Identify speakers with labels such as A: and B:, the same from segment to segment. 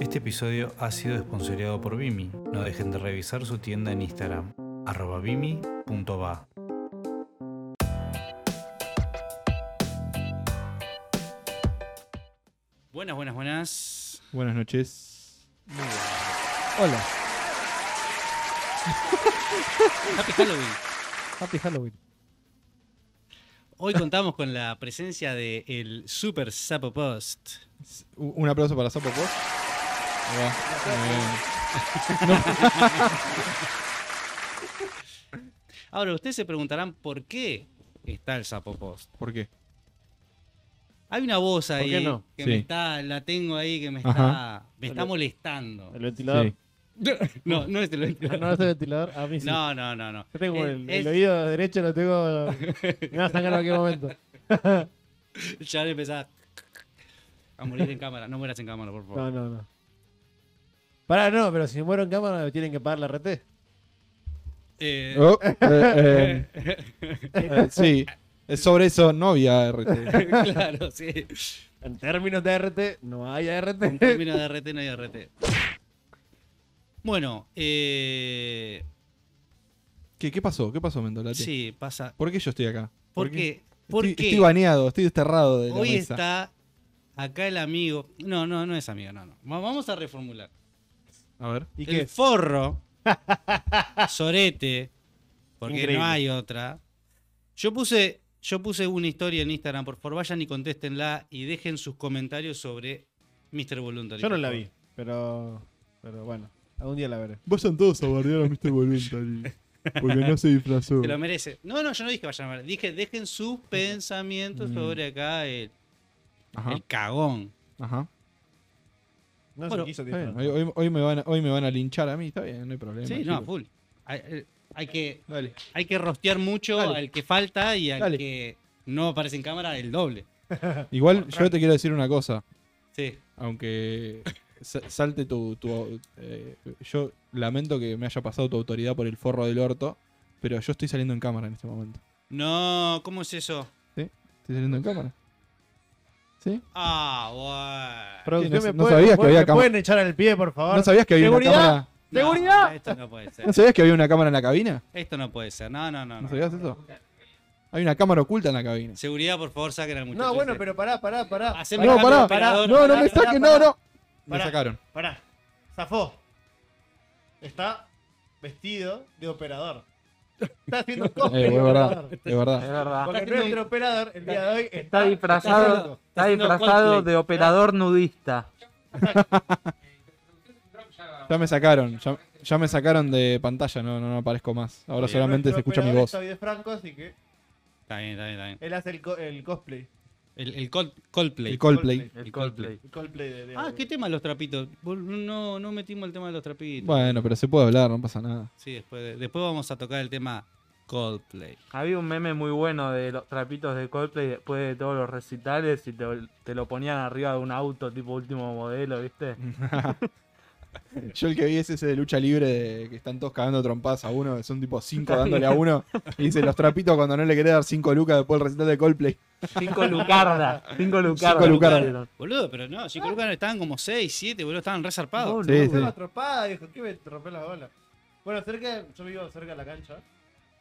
A: Este episodio ha sido esponsoreado por Vimi. No dejen de revisar su tienda en Instagram, arroba vimi.va. Buenas, buenas, buenas.
B: Buenas noches.
C: Hola,
A: Happy Halloween.
C: Happy Halloween.
A: Hoy contamos con la presencia del el Super Sapo Post.
B: S- u- Un aplauso para Sapo Pop. Ahí va. Eh,
A: Ahora, ustedes se preguntarán por qué está el Sapo Post.
B: ¿Por qué?
A: Hay una voz ahí
D: qué no?
A: que
B: Sí.
A: me está, la tengo ahí que me está,
B: Ajá.
A: me está molestando.
D: El ventilador.
B: Sí.
A: No, no es el
D: Ah, No,
A: ventilador.
D: es el ventilador. A mí sí.
A: No, no, no, no.
D: Yo tengo el,
A: Es-
D: el oído derecho, lo tengo. Me va a sacar en cualquier momento.
A: Ya empezás a morir en cámara. No mueras en cámara, por favor.
D: No, no, no. Pará, no, pero si me muero en cámara me tienen que pagar la RT.
A: Eh,
B: Oh, eh, eh, eh, sí. Eh, Sobre eso no había RT.
A: claro, sí.
D: En términos de RT, no hay ART.
A: En términos de RT no hay RT. Bueno, eh,
B: ¿Qué, qué pasó? ¿Qué pasó, Mendolati?
A: sí, pasa.
B: ¿Por qué yo estoy acá?
A: ¿Por
B: qué?
A: qué? Porque
B: Estoy, estoy baneado, estoy desterrado de la
A: hoy
B: mesa.
A: está acá el amigo. No, no, no es amigo, no, no. Va- Vamos a reformular.
B: A ver.
D: ¿Y
A: el
D: qué?
A: forro, sorete, porque no
D: Increíble.
A: hay otra. Yo puse, yo puse una historia en Instagram, por favor, vayan y contéstenla y dejen sus comentarios sobre Mr. Voluntary.
D: Yo no
A: por
D: la
A: favor.
D: vi, pero. Pero bueno, algún día la veré.
B: Vayan todos a bardear a Mr. Voluntary. Porque no se disfrazó.
A: Se lo merece. No, no, yo no dije que vayan a ver. Dije, dejen sus pensamientos
B: Mm.
A: sobre acá el,
B: Ajá,
A: el cagón.
B: ajá.
D: No
A: Bueno,
D: se quiso
B: Está bien,
D: disfrazar.
B: Hoy, hoy- hoy me van a, hoy me van a linchar a mí, está bien, no hay problema.
A: sí, no,
B: chicos.
A: full. Hay, eh, hay que,
B: Dale.
A: hay que rostear mucho
B: Dale.
A: al que falta y al
B: Dale.
A: que no aparece en cámara el doble.
B: Igual yo te quiero decir una cosa.
A: Sí.
B: Aunque sa- salte tu... tu, eh, yo lamento que me haya pasado tu autoridad por el forro del orto, pero yo estoy saliendo en cámara en este momento.
A: No, ¿cómo es eso?
B: ¿Estoy saliendo en cámara? ¿Sí?
A: Ah, bueno.
D: Producción,
B: Sí, no-
D: me
B: no
D: pueden-
B: sabías que
D: pueden-
B: había
D: me
B: cama-
D: pueden echar al pie, por favor.
B: ¿No sabías que había una
D: ¿Seguridad?
B: cámara?
A: No,
D: ¡Seguridad!
A: esto no puede ser.
B: ¿No sabías que había una cámara en la cabina?
A: Esto no puede ser. No, no, no.
B: ¿No
A: no.
B: sabías eso? Hay una cámara oculta en la cabina.
A: Seguridad, por favor, saquen al muchacho.
D: No, bueno,
A: ese.
D: pero pará, pará, pará.
A: eh. Haceme
B: No,
A: cargo,
B: pará,
A: operador.
B: no, no
D: pará,
B: me
D: pará,
B: saquen, no,
D: pará.
B: no. Me
D: Pará.
B: sacaron.
D: Pará, zafó. Está vestido de operador. Está haciendo cosplay
B: Eh,
D: de
B: es verdad,
D: operador.
B: es verdad.
E: verdad.
D: Porque
A: haciendo
D: nuestro operador el día de hoy está,
E: Está disfrazado, está
A: haciendo
E: disfrazado
A: cosplay.
E: de operador nudista.
B: Ya me sacaron, ya, ya me sacaron de pantalla, no, no, no aparezco más. Ahora
D: Porque
B: solamente se
D: nuestro
B: escucha mi
D: operador
B: voz.
D: Está de Franco, así que
A: Está bien, está bien, está bien.
D: él hace el, co- el cosplay.
A: El, el col- Coldplay.
B: El Coldplay.
E: El
A: El Coldplay.
E: Coldplay.
D: El cosplay de, de-
A: ah, ¿qué tema los trapitos? Vol- No, no metimos el tema de los trapitos.
B: Bueno, pero se puede hablar, no pasa nada.
A: Sí, después, de- después vamos a tocar el tema Coldplay.
E: Había un meme muy bueno de los trapitos de Coldplay después de todos los recitales y te, te lo ponían arriba de un auto tipo último modelo, ¿viste?
B: Yo el que vi es ese de lucha libre de que están todos cagando trompadas a uno, que son tipo cinco dándole a uno. Y dice, los trapitos cuando no le querés dar cinco lucas después del recital de Coldplay.
E: Cinco lucardas. Cinco lucardas.
B: Cinco lucardas.
E: Hicieron.
A: Boludo, pero no, si Lucan estaban como 6, 7, boludo, estaban resarpados.
E: Boludo.
B: Sí,
D: Fue
B: sí.
D: una atropada, viejo. ¿Qué me rompió las bolas? Bueno, cerca, yo vivo cerca de la cancha.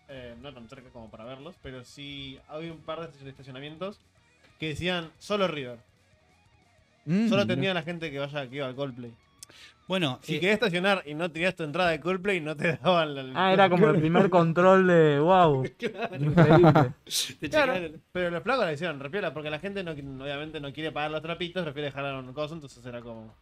D: Eh, no tan cerca como para verlos, pero sí había un par de estacionamientos que decían solo River.
E: Mm,
B: Mm.
D: Solo atendían a la gente que vaya que iba al Coldplay.
A: Bueno,
D: Si
A: eh,
D: querías estacionar y no tenías tu entrada de Coldplay, no te daban la.
E: Ah, era como el primer control de wow. Increíble.
A: te
D: Claro,
A: checaron.
D: pero los flacos la hicieron repiola porque la gente no, obviamente no quiere pagar los trapitos, prefiere dejar a un coso, entonces era como.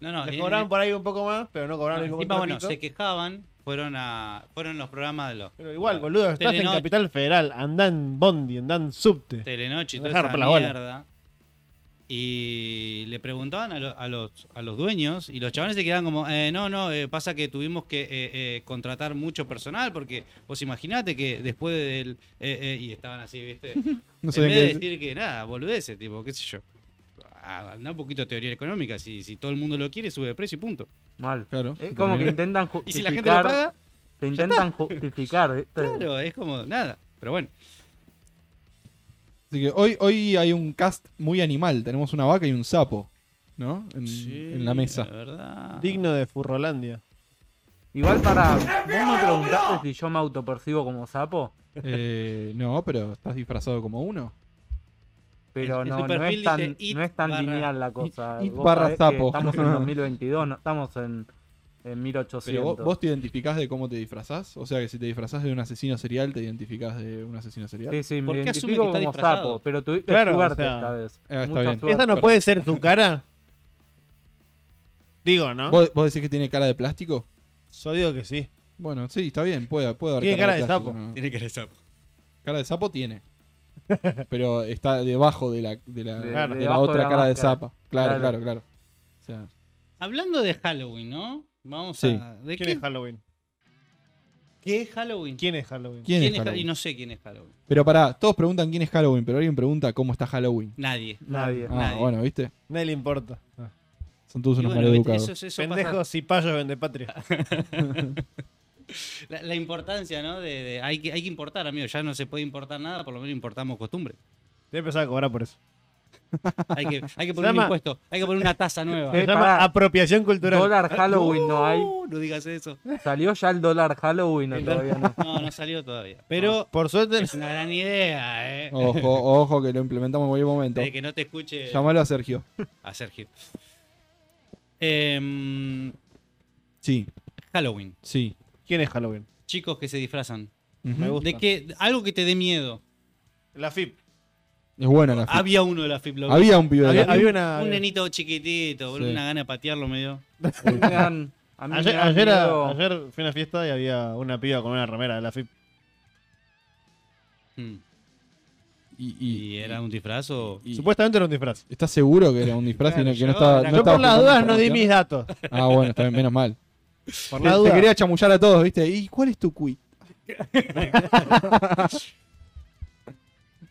A: No, no,
D: Les
A: eh,
D: cobraban por ahí un poco más, pero no cobraban el mismo
A: encima, bueno,
D: trapito.
A: se quejaban, fueron a fueron los programas de los
D: Pero igual, boludo, estás
A: Telenoche.
D: en Capital Federal, andá en Bondi, andá en subte.
A: Telenoche y toda
D: Me
A: esa
D: dejaron por la bola.
A: mierda. Y le preguntaban a, lo- a los, a los dueños y los chavales se quedaban como, eh, no, no, eh, pasa que tuvimos que eh, eh, contratar mucho personal porque vos imaginate que después del... eh, eh", y estaban así, ¿viste?
B: No
A: en
B: sabían
A: vez de
B: qué decir.
A: decir que nada, boludeces, tipo, qué sé yo. Ah, Anda un poquito de teoría económica, si, si todo el mundo lo quiere, sube de precio y punto.
E: Mal.
B: Claro.
E: Es eh, como que intentan
A: Y si la gente lo
E: justificar.
A: paga,
E: Te intentan justificar, ¿viste?
A: claro, es como nada. Pero bueno,
B: Así que hoy, hoy hay un cast muy animal. Tenemos una vaca y un sapo. ¿no? En,
A: Sí,
B: en la mesa.
A: La verdad.
D: Digno de Furrolandia.
E: Igual para. ¿Vos me preguntaste si yo me autopercibo como sapo?
B: Eh, no, pero estás disfrazado como uno.
E: Pero
A: En- en
E: no,
A: tu
E: no
A: perfil
E: es tan,
A: dice it
E: no es tan
A: barra-
E: lineal la cosa.
B: it
E: Vos
B: barra
E: sabés que
B: sapo.
E: Estamos en 2022, no estamos en, en
B: Pero
E: 1800.
B: vos, vos te identificás de cómo te disfrazás. O sea que si te disfrazás de un asesino serial, te identificás de un asesino serial.
E: Sí, sí,
A: ¿Por
E: me
A: qué asume
E: identifico
A: que está
E: como
A: disfrazado?
E: sapo, pero tuviste
D: Claro, o
E: suerte
D: sea,
E: esta vez.
B: Ah, está
E: Mucha
B: bien.
E: suerte.
D: ¿Esa no puede ser su cara? Digo, ¿no?
B: ¿Vos, vos decís que tiene cara de plástico?
D: Yo digo que sí.
B: Bueno, sí, está bien, puede, puede haber
D: Tiene cara de
B: plástico,
D: sapo.
B: ¿no?
A: Tiene que ser
B: Cara de sapo tiene. Pero está debajo de la, de la,
E: De-
B: de la
E: debajo de
B: otra
E: la
B: cara de
E: máscara.
B: sapo. Claro,
E: Claro.
B: claro, claro. O sea,
A: Hablando de Halloween, ¿no? Vamos
B: Sí.
A: a. ¿De
D: ¿Quién
A: qué,
D: es Halloween?
A: qué es Halloween?
D: ¿Quién es Halloween?
B: ¿quién, es
A: Ha-
B: Halloween?
A: Y no sé quién es Halloween.
B: Pero pará, todos preguntan quién es Halloween, pero alguien pregunta cómo está Halloween.
A: Nadie.
E: Nadie.
B: Ah,
A: Nadie.
B: bueno, ¿viste?
D: Nadie le importa.
B: Son todos
A: Y
B: unos
A: bueno,
B: maleducados.
A: eso, eso pasa-
D: Pendejos y payos vende patria.
A: La, la importancia, ¿no? De, de- hay, que, hay que importar, amigo. Ya no se puede importar nada, por lo menos importamos costumbre.
D: Voy a empezar a cobrar por eso.
A: Hay que, hay que poner un
D: llama-
A: impuesto, hay que poner una tasa nueva.
D: Se
E: Eh,
D: llama
E: pará.
D: apropiación cultural.
E: Dólar Halloween no hay.
A: No, no digas eso.
E: ¿Salió ya el dólar Halloween o todavía no?
A: No, no salió todavía. Pero
D: Por suerte,
A: es una gran idea, ¿eh?
B: Ojo, ojo, que lo implementamos en cualquier momento.
A: De que no te escuche
B: Llamalo a Sergio.
A: a Sergio. Em,
B: Sí,
A: Halloween.
B: sí.
D: ¿quién es Halloween?
A: Chicos que se disfrazan.
B: Ujú.
D: Me gusta.
A: De que algo que te dé miedo.
D: La FIP.
B: Es buena la FIP.
A: Había uno de la FIP. Ah, lo vi.
B: Había un pibe de
D: Había,
B: la
D: había
B: FIP.
D: una.
A: Un nenito chiquitito, boludo,
B: Sí.
A: una gana de patearlo medio.
E: A mí me dan- a mí me
D: Ayer,
E: dan
D: ayer a-
E: miedo-
D: ayer fui a una fiesta y había una piba con una remera de la FIP.
A: Mm.
B: Y, y-
A: ¿Y era un disfraz o.?
B: y-
D: Supuestamente era un disfraz.
B: ¿Estás seguro que era un disfraz y no- que no estaba. Ah, no
D: Yo
B: estaba
D: por las
B: jugando
D: dudas
B: con
D: no di
B: cuestión?
D: mis datos.
B: Ah, bueno, está bien, menos mal.
D: Por
B: Te,
D: la
B: te
D: duda.
B: quería chamullar a todos, ¿viste? ¿Y cuál es tu quit?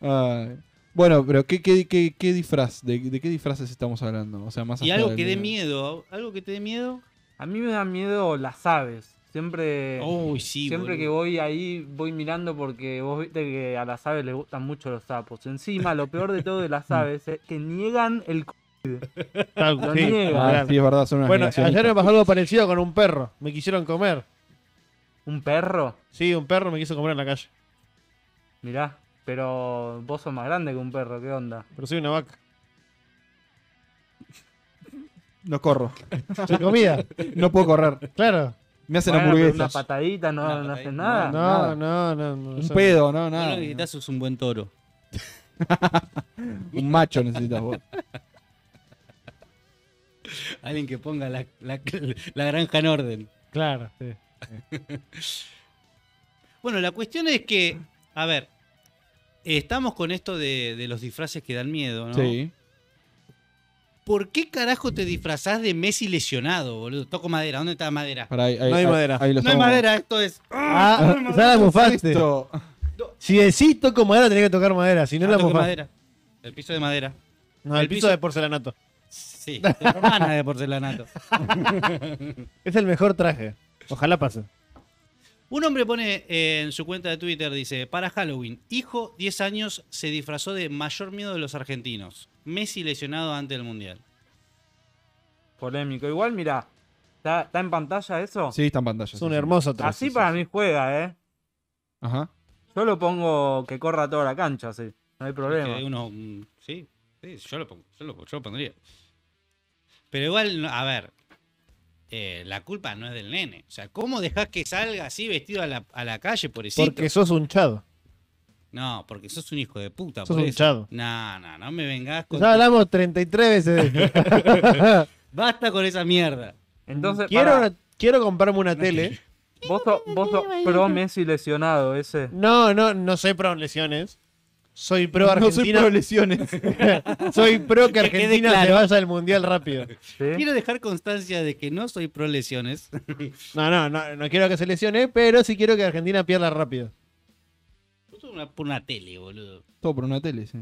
B: Ay. Bueno, pero ¿qué, qué, qué, qué disfraz? ¿De, de qué disfraces estamos hablando? O sea, más
A: Y
B: allá
A: algo
B: del-
A: que dé miedo, algo que te dé miedo.
E: A mí me dan miedo las aves. Siempre.
A: Uy, sí,
E: Eh, Siempre que
A: boludo.
E: voy ahí, voy mirando porque vos viste que a las aves les gustan mucho los sapos. Encima, lo peor de todo de las aves es que niegan el... c-
D: Tal-
E: Lo
D: sí,
E: niega.
B: Ah,
D: literal.
B: sí, es verdad, son unas
D: Bueno,
B: negacionistas.
D: ayer me pasó algo parecido con un perro. Me quisieron comer.
E: ¿Un perro?
D: Sí, un perro me quiso comer en la calle.
E: Mirá, pero vos sos más grande que un perro, ¿qué onda?
D: Pero soy una vaca.
B: No corro.
D: Soy comida.
B: No puedo correr.
D: Claro.
B: Me hacen
E: Bueno, pero una
B: hamburguesas.
E: patadita, no,
A: Una
E: no
A: patadita.
E: haces Ah, nada.
D: No, no, no. no,
B: Un
D: soy-
B: pedo, no,
A: Vos lo
B: nada.
A: que necesitas es un buen toro.
B: Un macho necesitas vos.
A: Alguien que ponga la, la- la granja en orden.
D: Claro. sí.
A: Bueno, la cuestión es que, a ver, estamos con esto de, de los disfraces que dan miedo, ¿no?
B: Sí.
A: ¿Por qué carajo te disfrazás de Messi lesionado, boludo? Toco madera, ¿dónde está madera?
B: Pará, ahí- ahí-
D: No hay
B: ahí-
D: madera.
B: ahí lo
A: No hay
B: estamos-
A: madera, esto es.
D: Ah, ya la bufaste.
B: Esto-
D: Si decís toco madera, tenés que tocar madera. Si no,
A: Ah,
D: la
A: toqué
D: bufaste.
A: madera. El piso de madera.
D: No, el,
A: El
D: piso,
A: piso-
D: de porcelanato.
A: Sí, de romana de porcelanato.
D: Es el mejor traje. Ojalá pase.
A: Un hombre pone eh, en su cuenta de Twitter, dice, para Halloween, hijo 10 años se disfrazó de mayor miedo de los argentinos. Messi lesionado antes del Mundial.
E: Polémico. Igual, mirá, ¿está, está en pantalla eso?
B: Sí, está en pantalla.
D: Es
B: sí,
D: un
B: sí.
D: hermoso traje.
E: Así para mí juega, ¿eh?
B: Ajá.
E: Yo lo pongo que corra toda la cancha, sí. No hay
A: Que
E: problema.
A: uno, mm, sí, sí, yo, lo pongo, yo, lo, yo lo pondría. Pero igual, no- a ver, eh, la culpa no es del nene. O sea, ¿cómo dejás que salga así vestido a la, a la calle, pobrecito?
D: Porque sos un chado.
A: No, porque sos un hijo de puta.
D: Sos
A: por
D: un
A: eso.
D: chado.
A: No, no, no me vengás con...
D: Ya hablamos 33 veces de esto.
A: Basta con esa mierda.
E: Entonces,
D: quiero,
E: pará,
D: una- quiero comprarme una tele.
E: vos sos vos sos pro Messi lesionado ese.
D: No, no, no soy pro lesiones. Soy
B: no
D: pro
B: soy
D: Argentina.
B: pro lesiones.
D: soy pro que
A: Que quede
D: Argentina se
A: claro.
D: vaya al mundial rápido.
E: ¿sí?
A: Quiero dejar constancia de que no soy pro lesiones.
D: No, no, no, no quiero que se lesione, pero sí quiero que Argentina pierda rápido.
A: Puso una, por una tele, boludo.
B: Todo por una tele, sí.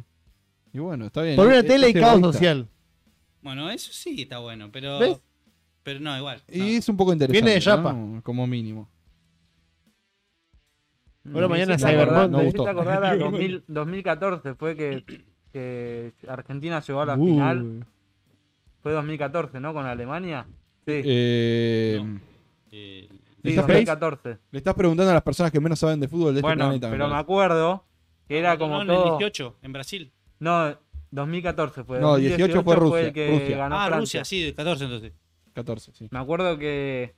B: Y bueno, está bien. Este
D: Por una
B: Es-
D: tele y
B: es
D: caos
B: egoísta.
D: social.
A: Bueno, eso sí está bueno, pero.
D: ¿Ves?
A: Pero no, igual. no.
B: Y es un poco interesante.
D: Viene de Yapa.
B: ¿no? Como mínimo.
D: Bueno,
E: Mm. Me
D: mañana
E: hiciste
D: Cyber
E: acordar-
D: Monday.
B: No
E: Me hiciste
B: gustó.
E: acordar a 2000 2014 fue que, que Argentina llegó a la
D: Uh,
E: final. Fue 2014, ¿no? Con Alemania. Sí,
B: Eh,
A: No. Eh,
E: sí,
B: ¿estás feliz?
E: 2014.
B: Le estás preguntando a las personas que menos saben de fútbol de
E: Bueno,
B: este planeta. me
E: pero me
B: parece.
E: acuerdo que era
A: no,
E: como
A: no, Eh, en el
E: todo.
A: 18, en Brasil.
E: No, 2014 fue.
B: No, 18 fue
E: 2018
B: Rusia,
E: el que
B: Rusia.
E: ganó
A: ah,
E: Francia.
A: Rusia, sí, de 14 entonces.
B: 14, sí.
E: Me acuerdo que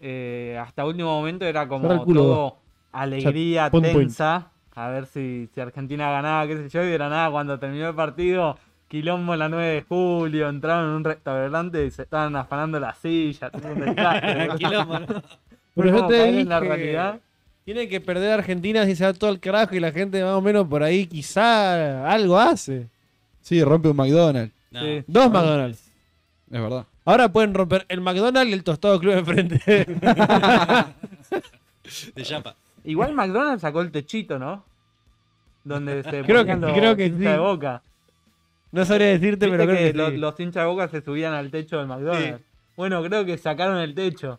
E: eh, hasta último momento era como
D: Cerrá el culo.
E: todo alegría,
D: Ya, pon point.
E: tensa. A ver si, si Argentina ganaba, qué sé yo, y de la nada cuando terminó el partido, quilombo en la 9 de julio, entraron en un restaurante y se estaban afanando la silla, todo un desastre.
A: Quilombo, ¿no?
E: Fue
D: Pero yo
E: como
D: te
E: caer en la
D: dije-
E: realidad.
D: Tiene que perder a Argentina si se va todo al carajo y la gente más o menos por ahí quizá algo hace.
B: Sí, rompe un McDonald's.
A: No.
E: Sí.
D: Dos McDonald's.
B: Es verdad.
D: Ahora pueden romper el McDonald's y el Tostado Club enfrente.
A: De Yapa.
E: Igual McDonald's sacó el techito, ¿no? Donde se
D: Creo que-
E: ponían los
D: creo que
E: hinchas
D: sí.
E: de boca.
D: No sabría decirte,
E: Viste
D: pero creo
E: que
D: que,
E: lo-
D: sí.
E: los hinchas de boca se subían al techo del McDonald's. Bueno, creo que sacaron el techo.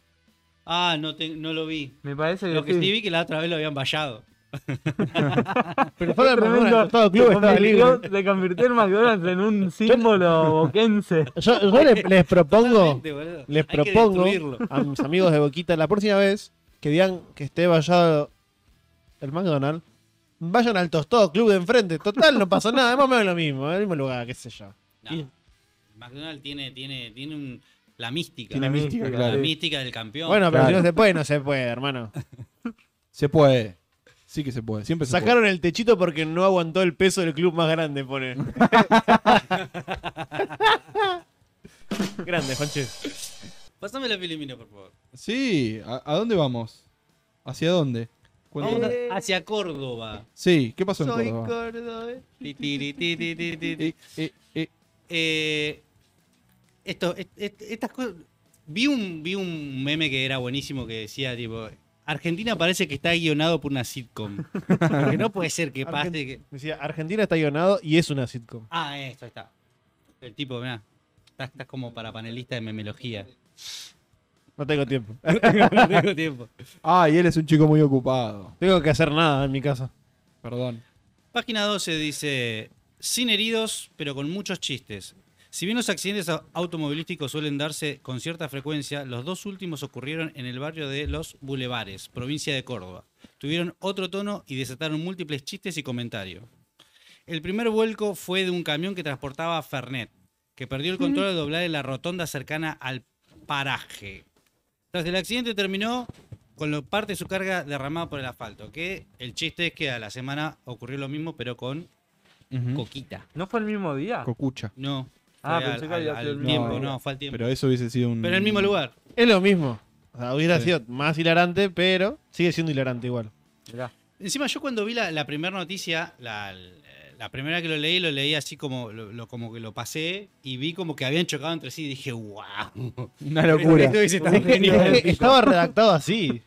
A: Ah, no, te- no lo vi.
E: Me parece que,
A: Lo que
E: sí.
A: sí vi que la otra vez lo habían vallado.
D: Pero
E: Fue
D: fuera del McDonald's, el Tostado Club
E: se,
D: estaba
E: convirtió,
D: libre.
E: se convirtió el McDonald's en un símbolo boquense.
D: Yo, yo le- les, propongo,
A: Totalmente, boludo.
D: les
A: Hay que
D: propongo
A: destruirlo.
D: a mis amigos de Boquita la próxima vez que digan que esté vallado el McDonald's, vayan al Tostado Club de enfrente. Total, no pasa nada, es más o menos lo mismo, en el mismo lugar, qué sé yo.
A: No.
D: Y-
A: McDonald's tiene, tiene, tiene un, la mística.
B: Tiene
A: la,
B: mística,
E: mística,
B: claro.
A: mística del campeón.
D: Bueno, pero
B: Claro.
D: si no se puede, no se puede, hermano.
B: Se puede. Sí que se puede. Siempre se
D: Sacaron el techito porque no aguantó el peso del club más grande, pone. grande, Juanche.
A: Pásame la filipina, por favor.
B: puede. Sí. ¿A, a dónde vamos? ¿Hacia dónde? Cuando-
A: Vamos a- hacia Córdoba.
B: Sí, ¿qué pasó en Córdoba?
A: Ti, ti, ti, ti, ti, ti, ti.
B: Eh, eh, eh.
A: Eh, esto, est- est- estas cosas. Vi un, vi un meme que era buenísimo que decía, tipo, Argentina parece que está guionado por una sitcom. Porque no puede ser que pase. que-
D: Decía, Argentina está guionado y es una sitcom.
A: Ah, esto ahí está. El tipo, mirá. Estás, estás como para panelista de memelogía.
D: No tengo tiempo.
A: No tengo tiempo.
B: Ah, y él es un chico muy ocupado.
D: Tengo que hacer nada en mi casa.
B: Perdón.
A: Página 12 dice, sin heridos, pero con muchos chistes. Si bien los accidentes au- automovilísticos suelen darse con cierta frecuencia, los dos últimos ocurrieron en el barrio de Los Bulevares, provincia de Córdoba. Tuvieron otro tono y desataron múltiples chistes y comentarios. El primer vuelco fue de un camión que transportaba Fernet, que perdió el control al doblar en la rotonda cercana al paraje. Tras el accidente terminó con lo- parte de su carga derramada por el asfalto. Que el chiste es que a la semana ocurrió lo mismo, pero con
B: Ujú.
A: Coquita.
E: ¿No fue el mismo día?
B: Cocucha.
A: No.
E: Ah,
A: fue
E: pensé
A: al,
E: que había
A: al-
E: sido el
A: al
E: mismo
A: tiempo,
E: día.
A: no, fue al tiempo. Pero,
B: Pero eso hubiese sido un.
A: en el mismo lugar.
D: Es lo mismo. O sea, hubiera
B: Sí.
D: sido más hilarante, pero sigue siendo hilarante igual.
E: Mirá.
A: Encima, yo cuando vi la, la primera noticia, la, eh, la primera que lo leí, lo leí así como, lo, lo- como que lo pasé y vi como que habían chocado entre sí y dije, wow.
B: Una locura.
A: Esto dice tan
D: Es que-
A: genial.
D: es que estaba redactado así.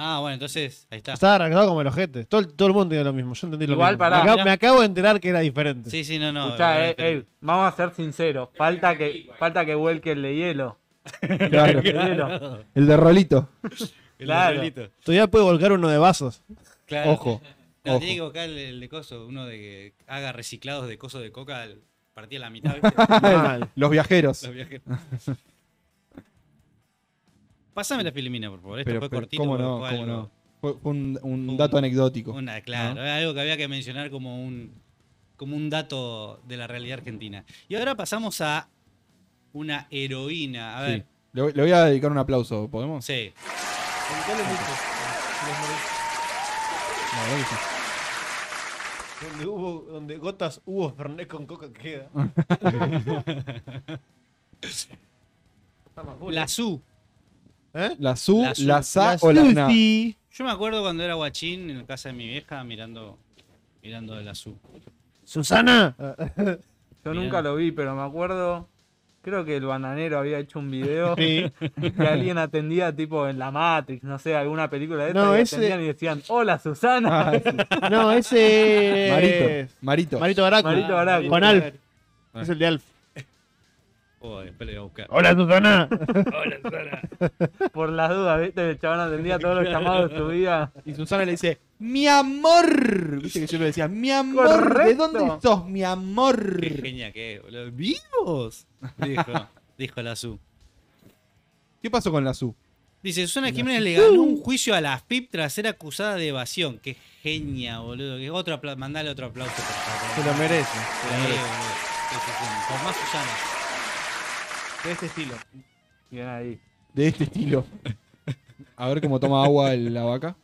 A: Ah, bueno, entonces, ahí está.
D: Estaba redactado como el ojete. Todo, el- todo el mundo tenía lo mismo. Yo entendí lo
E: Igual,
D: mismo.
E: pará,
D: me, acabo,
E: mirá.
D: me acabo de enterar que era diferente.
A: Sí, sí, no, no.
E: Escuchá, eh,
A: realmente.
E: ey, vamos a ser sinceros. Falta que, falta que vuelque el de hielo.
B: Claro.
E: El de hielo.
B: El de Rolito.
A: El
E: claro.
A: arreglito.
D: Todavía puede volcar uno de vasos.
A: Claro.
B: Ojo.
A: No,
B: Ojo.
A: tiene que buscar el, el de coso, uno de que haga reciclados de coso de coca, el- partí a la mitad. ¿viste?
D: Mal.
B: Los viajeros.
A: Los viajeros. Pásame la filimina, por favor. Esto
B: Pero,
A: fue
B: pero,
A: cortito.
B: ¿cómo
A: pero
B: no?
A: fue
B: ¿Cómo
A: algo-
B: no? Fue fue un, un
A: Un-
B: dato anecdótico.
A: Una, claro,
B: ¿No?
A: era algo que había que mencionar como un, como un dato de la realidad argentina. Y ahora pasamos a una heroína. A ver,
B: Sí. Le, voy- le voy a dedicar un aplauso, ¿podemos?
A: sí.
B: La verdad que sí.
F: Donde, hubo, donde gotas hubo Fernet con coca que queda.
D: Mm.
F: Está más bueno.
A: La SU.
D: ¿Eh?
B: La su,
A: La
B: la,
A: su-
B: sa o la na.
D: Susi.
A: Yo me acuerdo cuando era guachín en la casa de mi vieja mirando, mirando la SU.
D: Susana.
E: Yo
A: Mirá.
E: nunca lo vi, pero me acuerdo. Creo que el bananero había hecho un video
D: Sí.
E: que alguien atendía tipo en la Matrix, no sé, alguna película de
D: No,
E: no, y
D: ese-
E: atendían y decían, hola Susana.
B: Ah, sí.
D: No, ese.
B: Marito.
D: es
B: Marito.
D: Marito Baraco.
F: Ah.
E: Marito Baraco.
D: Con Alf. Es el de Alf.
A: Oh, después le voy a buscar.
D: Hola, Susana.
A: Hola, Sara.
E: Por las dudas, ¿viste? El chabón atendía todos los llamados de su vida.
B: Y Susana le dice, mi amor. Viste que yo le decía, mi amor, ¿de
E: Correcto.
B: dónde sos, mi amor?
A: Qué genia que es, boludo. ¿Vivos? Dijo, dijo la SU.
B: ¿Qué pasó con la SU?
A: Dice, Susana Jiménez le ganó un juicio a la FIP tras ser acusada de evasión. Qué genia, boludo. Que otro apla- Mandale otro aplauso. por favor.
B: Se lo merece.
A: Sí, boludo. Sí, sí, sí. Por más Susana.
F: De este estilo.
E: Bien ahí.
B: De este estilo. A ver cómo toma agua el- la vaca.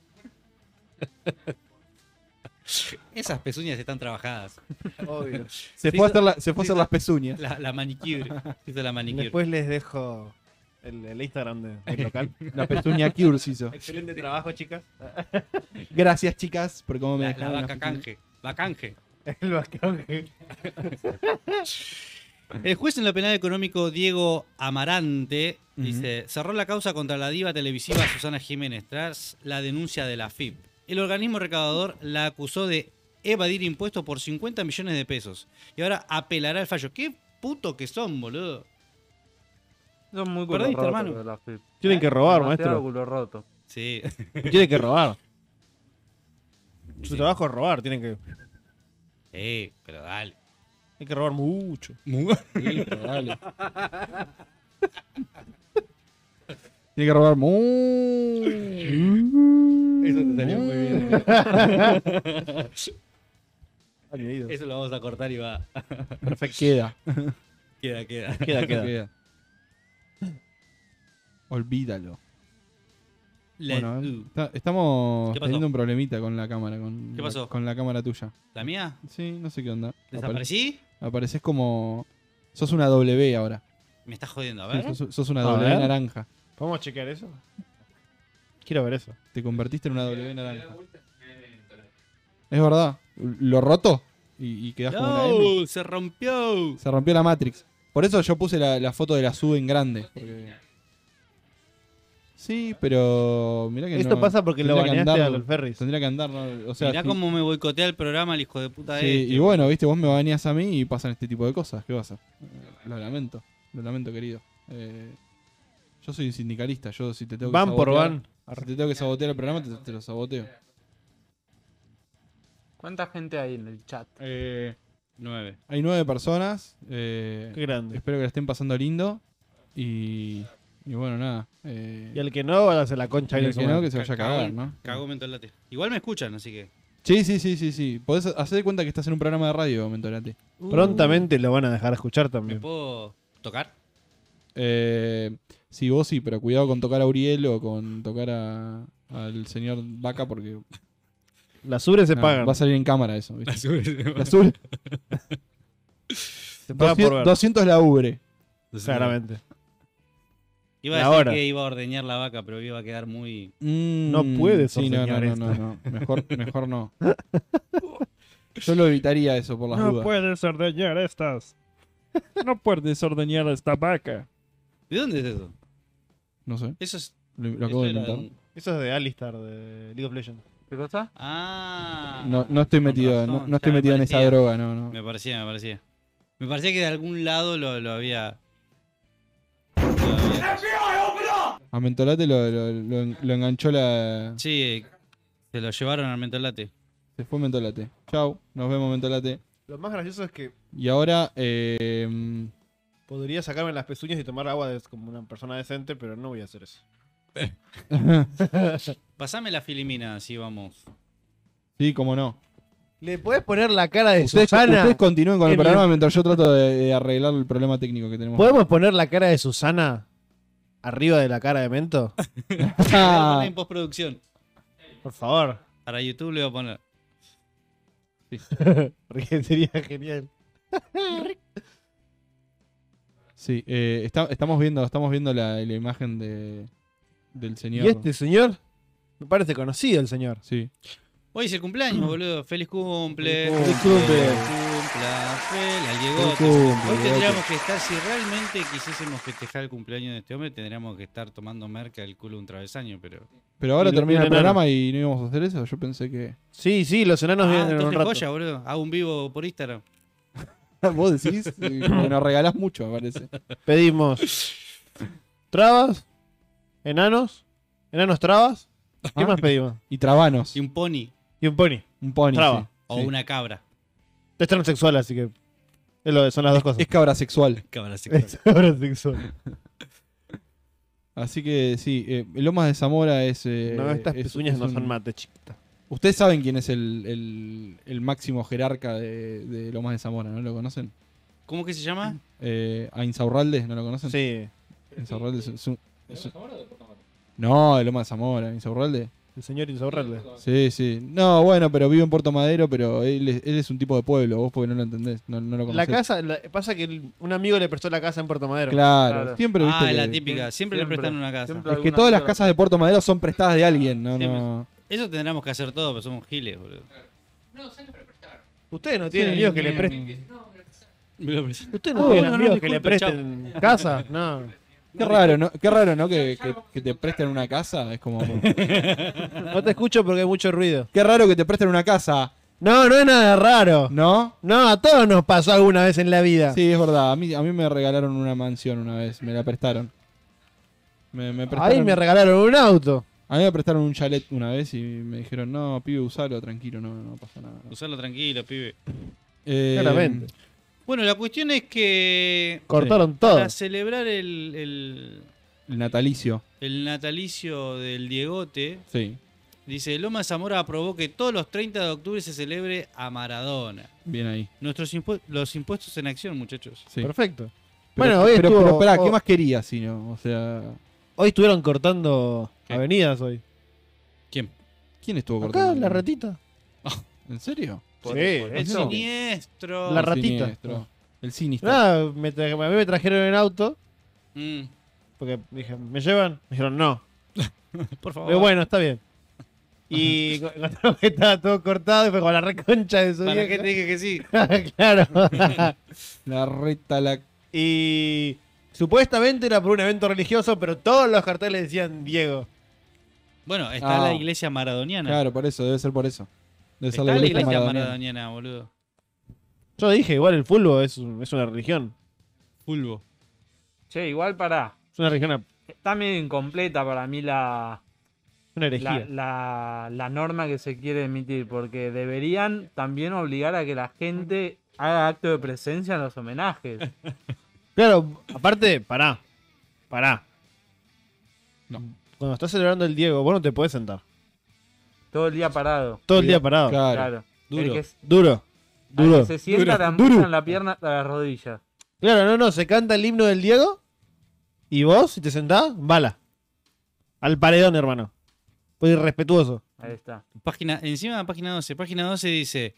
A: Esas pezuñas están trabajadas.
F: Obvio.
B: Se
A: Sí,
B: fue a
A: sí.
B: hacer, la- se fue a hacer las pezuñas.
A: La, la manicure. Hizo la manicure.
F: Después les dejo el, el Instagram de- del local.
B: La pezuña Cures hizo.
F: Excelente trabajo, chicas.
B: Gracias, chicas, por cómo me
A: la, la
B: dejaron.
A: vaca
B: pezuña.
A: canje. La canje.
F: El bacán que-
A: El juez en lo penal económico Diego Amarante dice, cerró la causa contra la diva televisiva Susana Jiménez tras la denuncia de la FIP. El organismo recaudador la acusó de evadir impuestos por 50 millones de pesos y ahora apelará el fallo. ¿Qué puto que son, boludo?
E: Son muy culo
A: Perdiste,
E: roto
A: hermano.
E: de la FIP.
D: Tienen que robar,
E: Demasiado
D: maestro.
E: culo roto.
A: Sí.
D: Tienen que robar.
A: Sí.
D: Su trabajo es robar. Tienen que, tienen
A: Sí, Eh, pero dale.
D: que robar mucho.
B: Listo, dale. Tiene que robar muy.
A: Eso te salió muy bien.
B: Ah, mi oído.
A: Eso lo vamos a cortar y va.
B: Perfecto. Queda.
A: Queda, queda.
D: Queda, queda.
B: Queda. Olvídalo.
A: La,
B: Bueno,
A: uh,
B: está- estamos
A: ¿Qué pasó?
B: teniendo un problemita con la cámara. Con
A: ¿Qué
B: la-
A: pasó?
B: con la cámara tuya.
A: ¿la mía?
B: Sí, no sé qué onda. Apare-
A: ¿Desaparecí?
B: apareces como. Sos una W ahora.
A: Me estás jodiendo, a
B: Sí,
A: ver.
B: sos, sos una
D: A
B: W
D: ver.
B: naranja.
F: ¿Podemos chequear eso? Quiero ver eso.
B: Te convertiste en una W naranja. Es verdad. Lo roto y, y quedás como una M.
A: No, se rompió.
B: Se rompió la Matrix. Por eso yo puse la, la foto de la sub en grande. porque- Sí, pero. Mirá que
D: Esto
B: no-
D: pasa porque lo
B: tendría que
D: baneaste a
B: andar-
D: los ferries.
B: Tendría que andar, ¿no? O sea,
A: Mirá
B: sí,
A: cómo me boicotea el programa el hijo de puta
B: sí,
A: este.
B: y bueno, viste, vos me baneás a mí y pasan este tipo de cosas. ¿Qué vas a hacer? Lo lamento. Lo lamento, querido. Eh, yo soy un sindicalista. Yo si te tengo que
D: Van por
B: sabotear-
D: van.
B: Si te tengo que sabotear el programa, te, te lo saboteo.
E: ¿Cuánta gente hay en el chat?
A: Nueve.
B: Hay Eh, nueve personas. eh,
D: Qué grande.
B: espero que la estén pasando lindo. Y, y bueno, nada. eh,
D: Y al que no, ahora se la concha.
B: y
D: ahí
B: el
D: en su
B: que no,
D: mano.
B: que se vaya a
A: Cagó-
B: cagar, ¿no?
A: Cagó mentolate. Igual me escuchan, así que.
B: Sí, sí, sí, sí, sí. Podés hacer de cuenta que estás en un programa de radio, Mentolate.
D: Prontamente lo van a dejar escuchar
A: ¿Me
D: también.
A: puedo tocar?
B: Eh, sí, vos sí, pero cuidado con tocar a Uriel o con tocar a- al señor Vaca porque
D: Las subres se
B: nada,
D: pagan.
B: va a salir en cámara eso. ¿viste? La
A: Las-
B: sub-
D: Se pagan por
B: 200,
D: ver.
B: 200 la ubre.
D: Claramente.
A: Iba a
D: La
A: decir
D: hora.
A: que iba a ordeñar la vaca, pero iba a quedar muy.
D: No puedes
B: Mm, sí, no, no,
D: ordeñar
B: no, no, no. Mejor, mejor no. Yo lo evitaría eso por las dudas.
D: puedes ordeñar estas. No puedes ordeñar esta vaca.
A: ¿De dónde es eso?
B: No sé,
A: Eso es.
B: lo, lo acabo de
A: eso era
B: inventar.
A: un-
F: Eso es de Alistar, de League of Legends.
E: ¿Qué cosa?
A: Ah.
B: No, no estoy
A: con
B: metido,
A: razón,
B: no, no
A: ya
B: estoy
A: me
B: metido en esa
A: parecía.
B: droga, no, no.
A: Me parecía, me parecía. Me parecía que de algún lado lo, lo había. lo había-
B: A Mentolate lo, lo- lo en- lo enganchó la.
A: Sí, se lo llevaron al mentolate.
B: Se fue Mentolate. Chau, nos vemos Mentolate.
F: Lo más gracioso es que
B: Y ahora, eh,
F: podría sacarme las pezuñas y tomar agua de- como una persona decente, pero no voy a hacer eso.
A: Pasame la filimina, así vamos.
B: sí, cómo no.
D: ¿Le puedes poner la cara de
B: Ustedes,
D: Eh, Susana?
B: ustedes continúen con el
D: en la-
B: programa mientras yo trato de, de arreglar el problema técnico que tenemos.
D: Mm. ¿Podemos poner la cara de Susana arriba de la cara de Mento?
A: Voy a
B: Ah,
A: poner en postproducción.
D: Por favor.
A: Para YouTube le voy a poner.
D: Porque sería genial.
B: sí, eh, está- estamos viendo, estamos viendo la, la imagen de, del señor.
D: ¿Y este señor? Me parece conocido el señor.
B: Sí.
A: Hoy es el cumpleaños, boludo. Feliz cumple.
B: Mm. Feliz cumple.
A: Feliz cumpla. Fel, al
B: Feliz
A: llegote.
B: cumple,
A: Hoy tendríamos
B: llegote.
A: que estar, si realmente quisiésemos festejar el cumpleaños de este hombre, tendríamos que estar tomando merca el culo de un travesaño, pero.
B: Pero ahora
D: Y lo
B: termina el
D: tiene
B: programa y no íbamos a hacer eso. Yo pensé que.
D: Sí, sí, los enanos
A: ah,
D: vienen en un
A: entonces
D: rato.
A: joya, boludo. Hago un vivo por Instagram.
D: Ah,
B: Vos decís eh, como que nos regalás mucho, me parece.
D: Pedimos trabas, enanos, enanos trabas. ¿Qué
B: Ah.
D: más pedimos?
B: Y trabanos.
A: Y un pony
D: Y un pony.
B: Un pony.
D: Traba.
B: sí.
A: o
B: Sí.
A: una cabra.
D: Es transexual, así que es lo- son las dos cosas.
B: Es cabra sexual.
A: Cabra sexual.
D: Es transexual.
B: Así que sí, eh, Lomas de Zamora es. eh,
D: No, estas
B: es-
D: pezuñas
B: es
D: no
B: un-
D: son mate, chiquita.
B: Ustedes saben quién es el, el- el máximo jerarca de, de Lomas de Zamora, ¿no lo conocen?
A: ¿Cómo que se llama?
B: Eh, a Insaurralde, ¿no lo conocen?
D: Sí,
B: Insaurralde es, es un. es un- No, de Lomas de Zamora, Insaurralde.
D: el señor Insaurralde.
B: Sí, sí. No, bueno, pero vive en Puerto Madero, pero él es, él es un tipo de pueblo, vos porque no lo entendés, no, no lo
D: La
B: conocés.
D: casa, la- pasa que el- un amigo le prestó la casa en Puerto Madero.
B: Claro,
E: Claro.
B: siempre
A: Ah,
B: viste
A: es la
B: que-
A: típica. Siempre, le
E: Siempre.
A: prestan una casa.
E: Siempre.
B: Es que todas las casas de Puerto Madero son prestadas de alguien, ¿no?
A: Siempre.
B: no.
A: Eso tendríamos que hacer todo, pero somos giles, boludo.
D: Ustedes no tienen
B: Sí,
D: amigos que le
B: bien.
D: presten.
A: Me lo prestan.
D: Ustedes no tienen
A: no, no,
D: amigos que le
A: disculpe,
D: presten casa. No.
B: Qué raro, ¿no? Qué raro, ¿no? Que, que- que te presten una casa. Es como. Qué
D: No te escucho porque hay mucho ruido.
B: raro que te presten una casa,
D: No, no es nada raro.
B: ¿no?
D: No, a todos nos pasó alguna vez en la vida.
B: Sí, es verdad. A mí, a mí me regalaron una mansión una vez. Me la prestaron. Me, me
D: Ahí
B: prestaron
D: me regalaron un auto.
B: a mí me prestaron un chalet una vez y me dijeron, no, pibe, usalo, tranquilo, no, no pasa nada.
A: Usarlo tranquilo, pibe.
B: Eh,
D: Claramente.
A: Bueno, la cuestión es que.
D: Cortaron todo.
A: Para celebrar el, el,
B: El natalicio,
A: el natalicio del Diegote,
B: sí.
A: dice: Loma de Zamora aprobó que todos los 30 de octubre se celebre a Maradona.
B: Bien ahí.
A: Nuestros impu- los impuestos en acción, muchachos.
B: Sí.
D: Perfecto.
B: Pero-
D: bueno, hoy
B: pero,
D: estuvo-
B: pero esperá,
D: o-
B: ¿qué más quería si no? O sea,
D: Hoy estuvieron cortando
A: ¿Qué?
D: avenidas hoy.
A: ¿Quién?
B: ¿quién estuvo
D: Acá,
B: cortando?
D: la ratita.
B: ¿En serio?
E: Por-
D: Sí,
E: por
A: El
E: eso.
B: no.
A: siniestro.
D: La
B: El
D: ratita. Ah.
B: siniestro. El sinistro.
D: Nada, me tra- a mí me trajeron en auto.
A: Mm,
D: Porque dije, ¿me llevan? Me dijeron, no.
A: por favor.
D: Pero bueno, está bien. Y co- encontraron que estaba todo cortado y fue con la reconcha de su
A: ¿Para qué
D: vieja.
A: te dije que sí?
D: claro.
B: La reta, la
D: y supuestamente era por un evento religioso, pero todos los carteles decían Diego.
A: Bueno, está
B: Ah.
A: la iglesia maradoniana.
B: Claro, por eso, debe ser por eso. Debe
A: está
B: ser la iglesia
A: maradoniana,
B: maradoniana.
A: boludo.
D: Yo dije, igual el fútbol es, un- es una religión.
A: Fulvo.
E: Che, igual pará.
D: Es una religión, a-
E: Está medio incompleta para mí la,
D: una herejía.
E: la, la- la norma que se quiere emitir, porque deberían también obligar a que la gente haga acto de presencia en los homenajes.
D: Claro, aparte, pará. Pará.
B: No.
D: Cuando estás celebrando el Diego, vos no te podés sentar.
E: Todo el día parado.
D: Todo el día parado.
B: Claro.
E: Claro. Ah,
A: Duro.
E: El que, s-
D: Duro.
E: al
D: Duro.
E: que se sienta
B: Duro.
E: le
B: Duro.
E: amputan la pierna a las rodillas.
D: Claro, no, no, se canta el himno del Diego. Y vos, si te sentás, bala. Al paredón, hermano. Fue irrespetuoso.
E: Ahí está.
A: Página, encima de la página 12. Página 12 dice: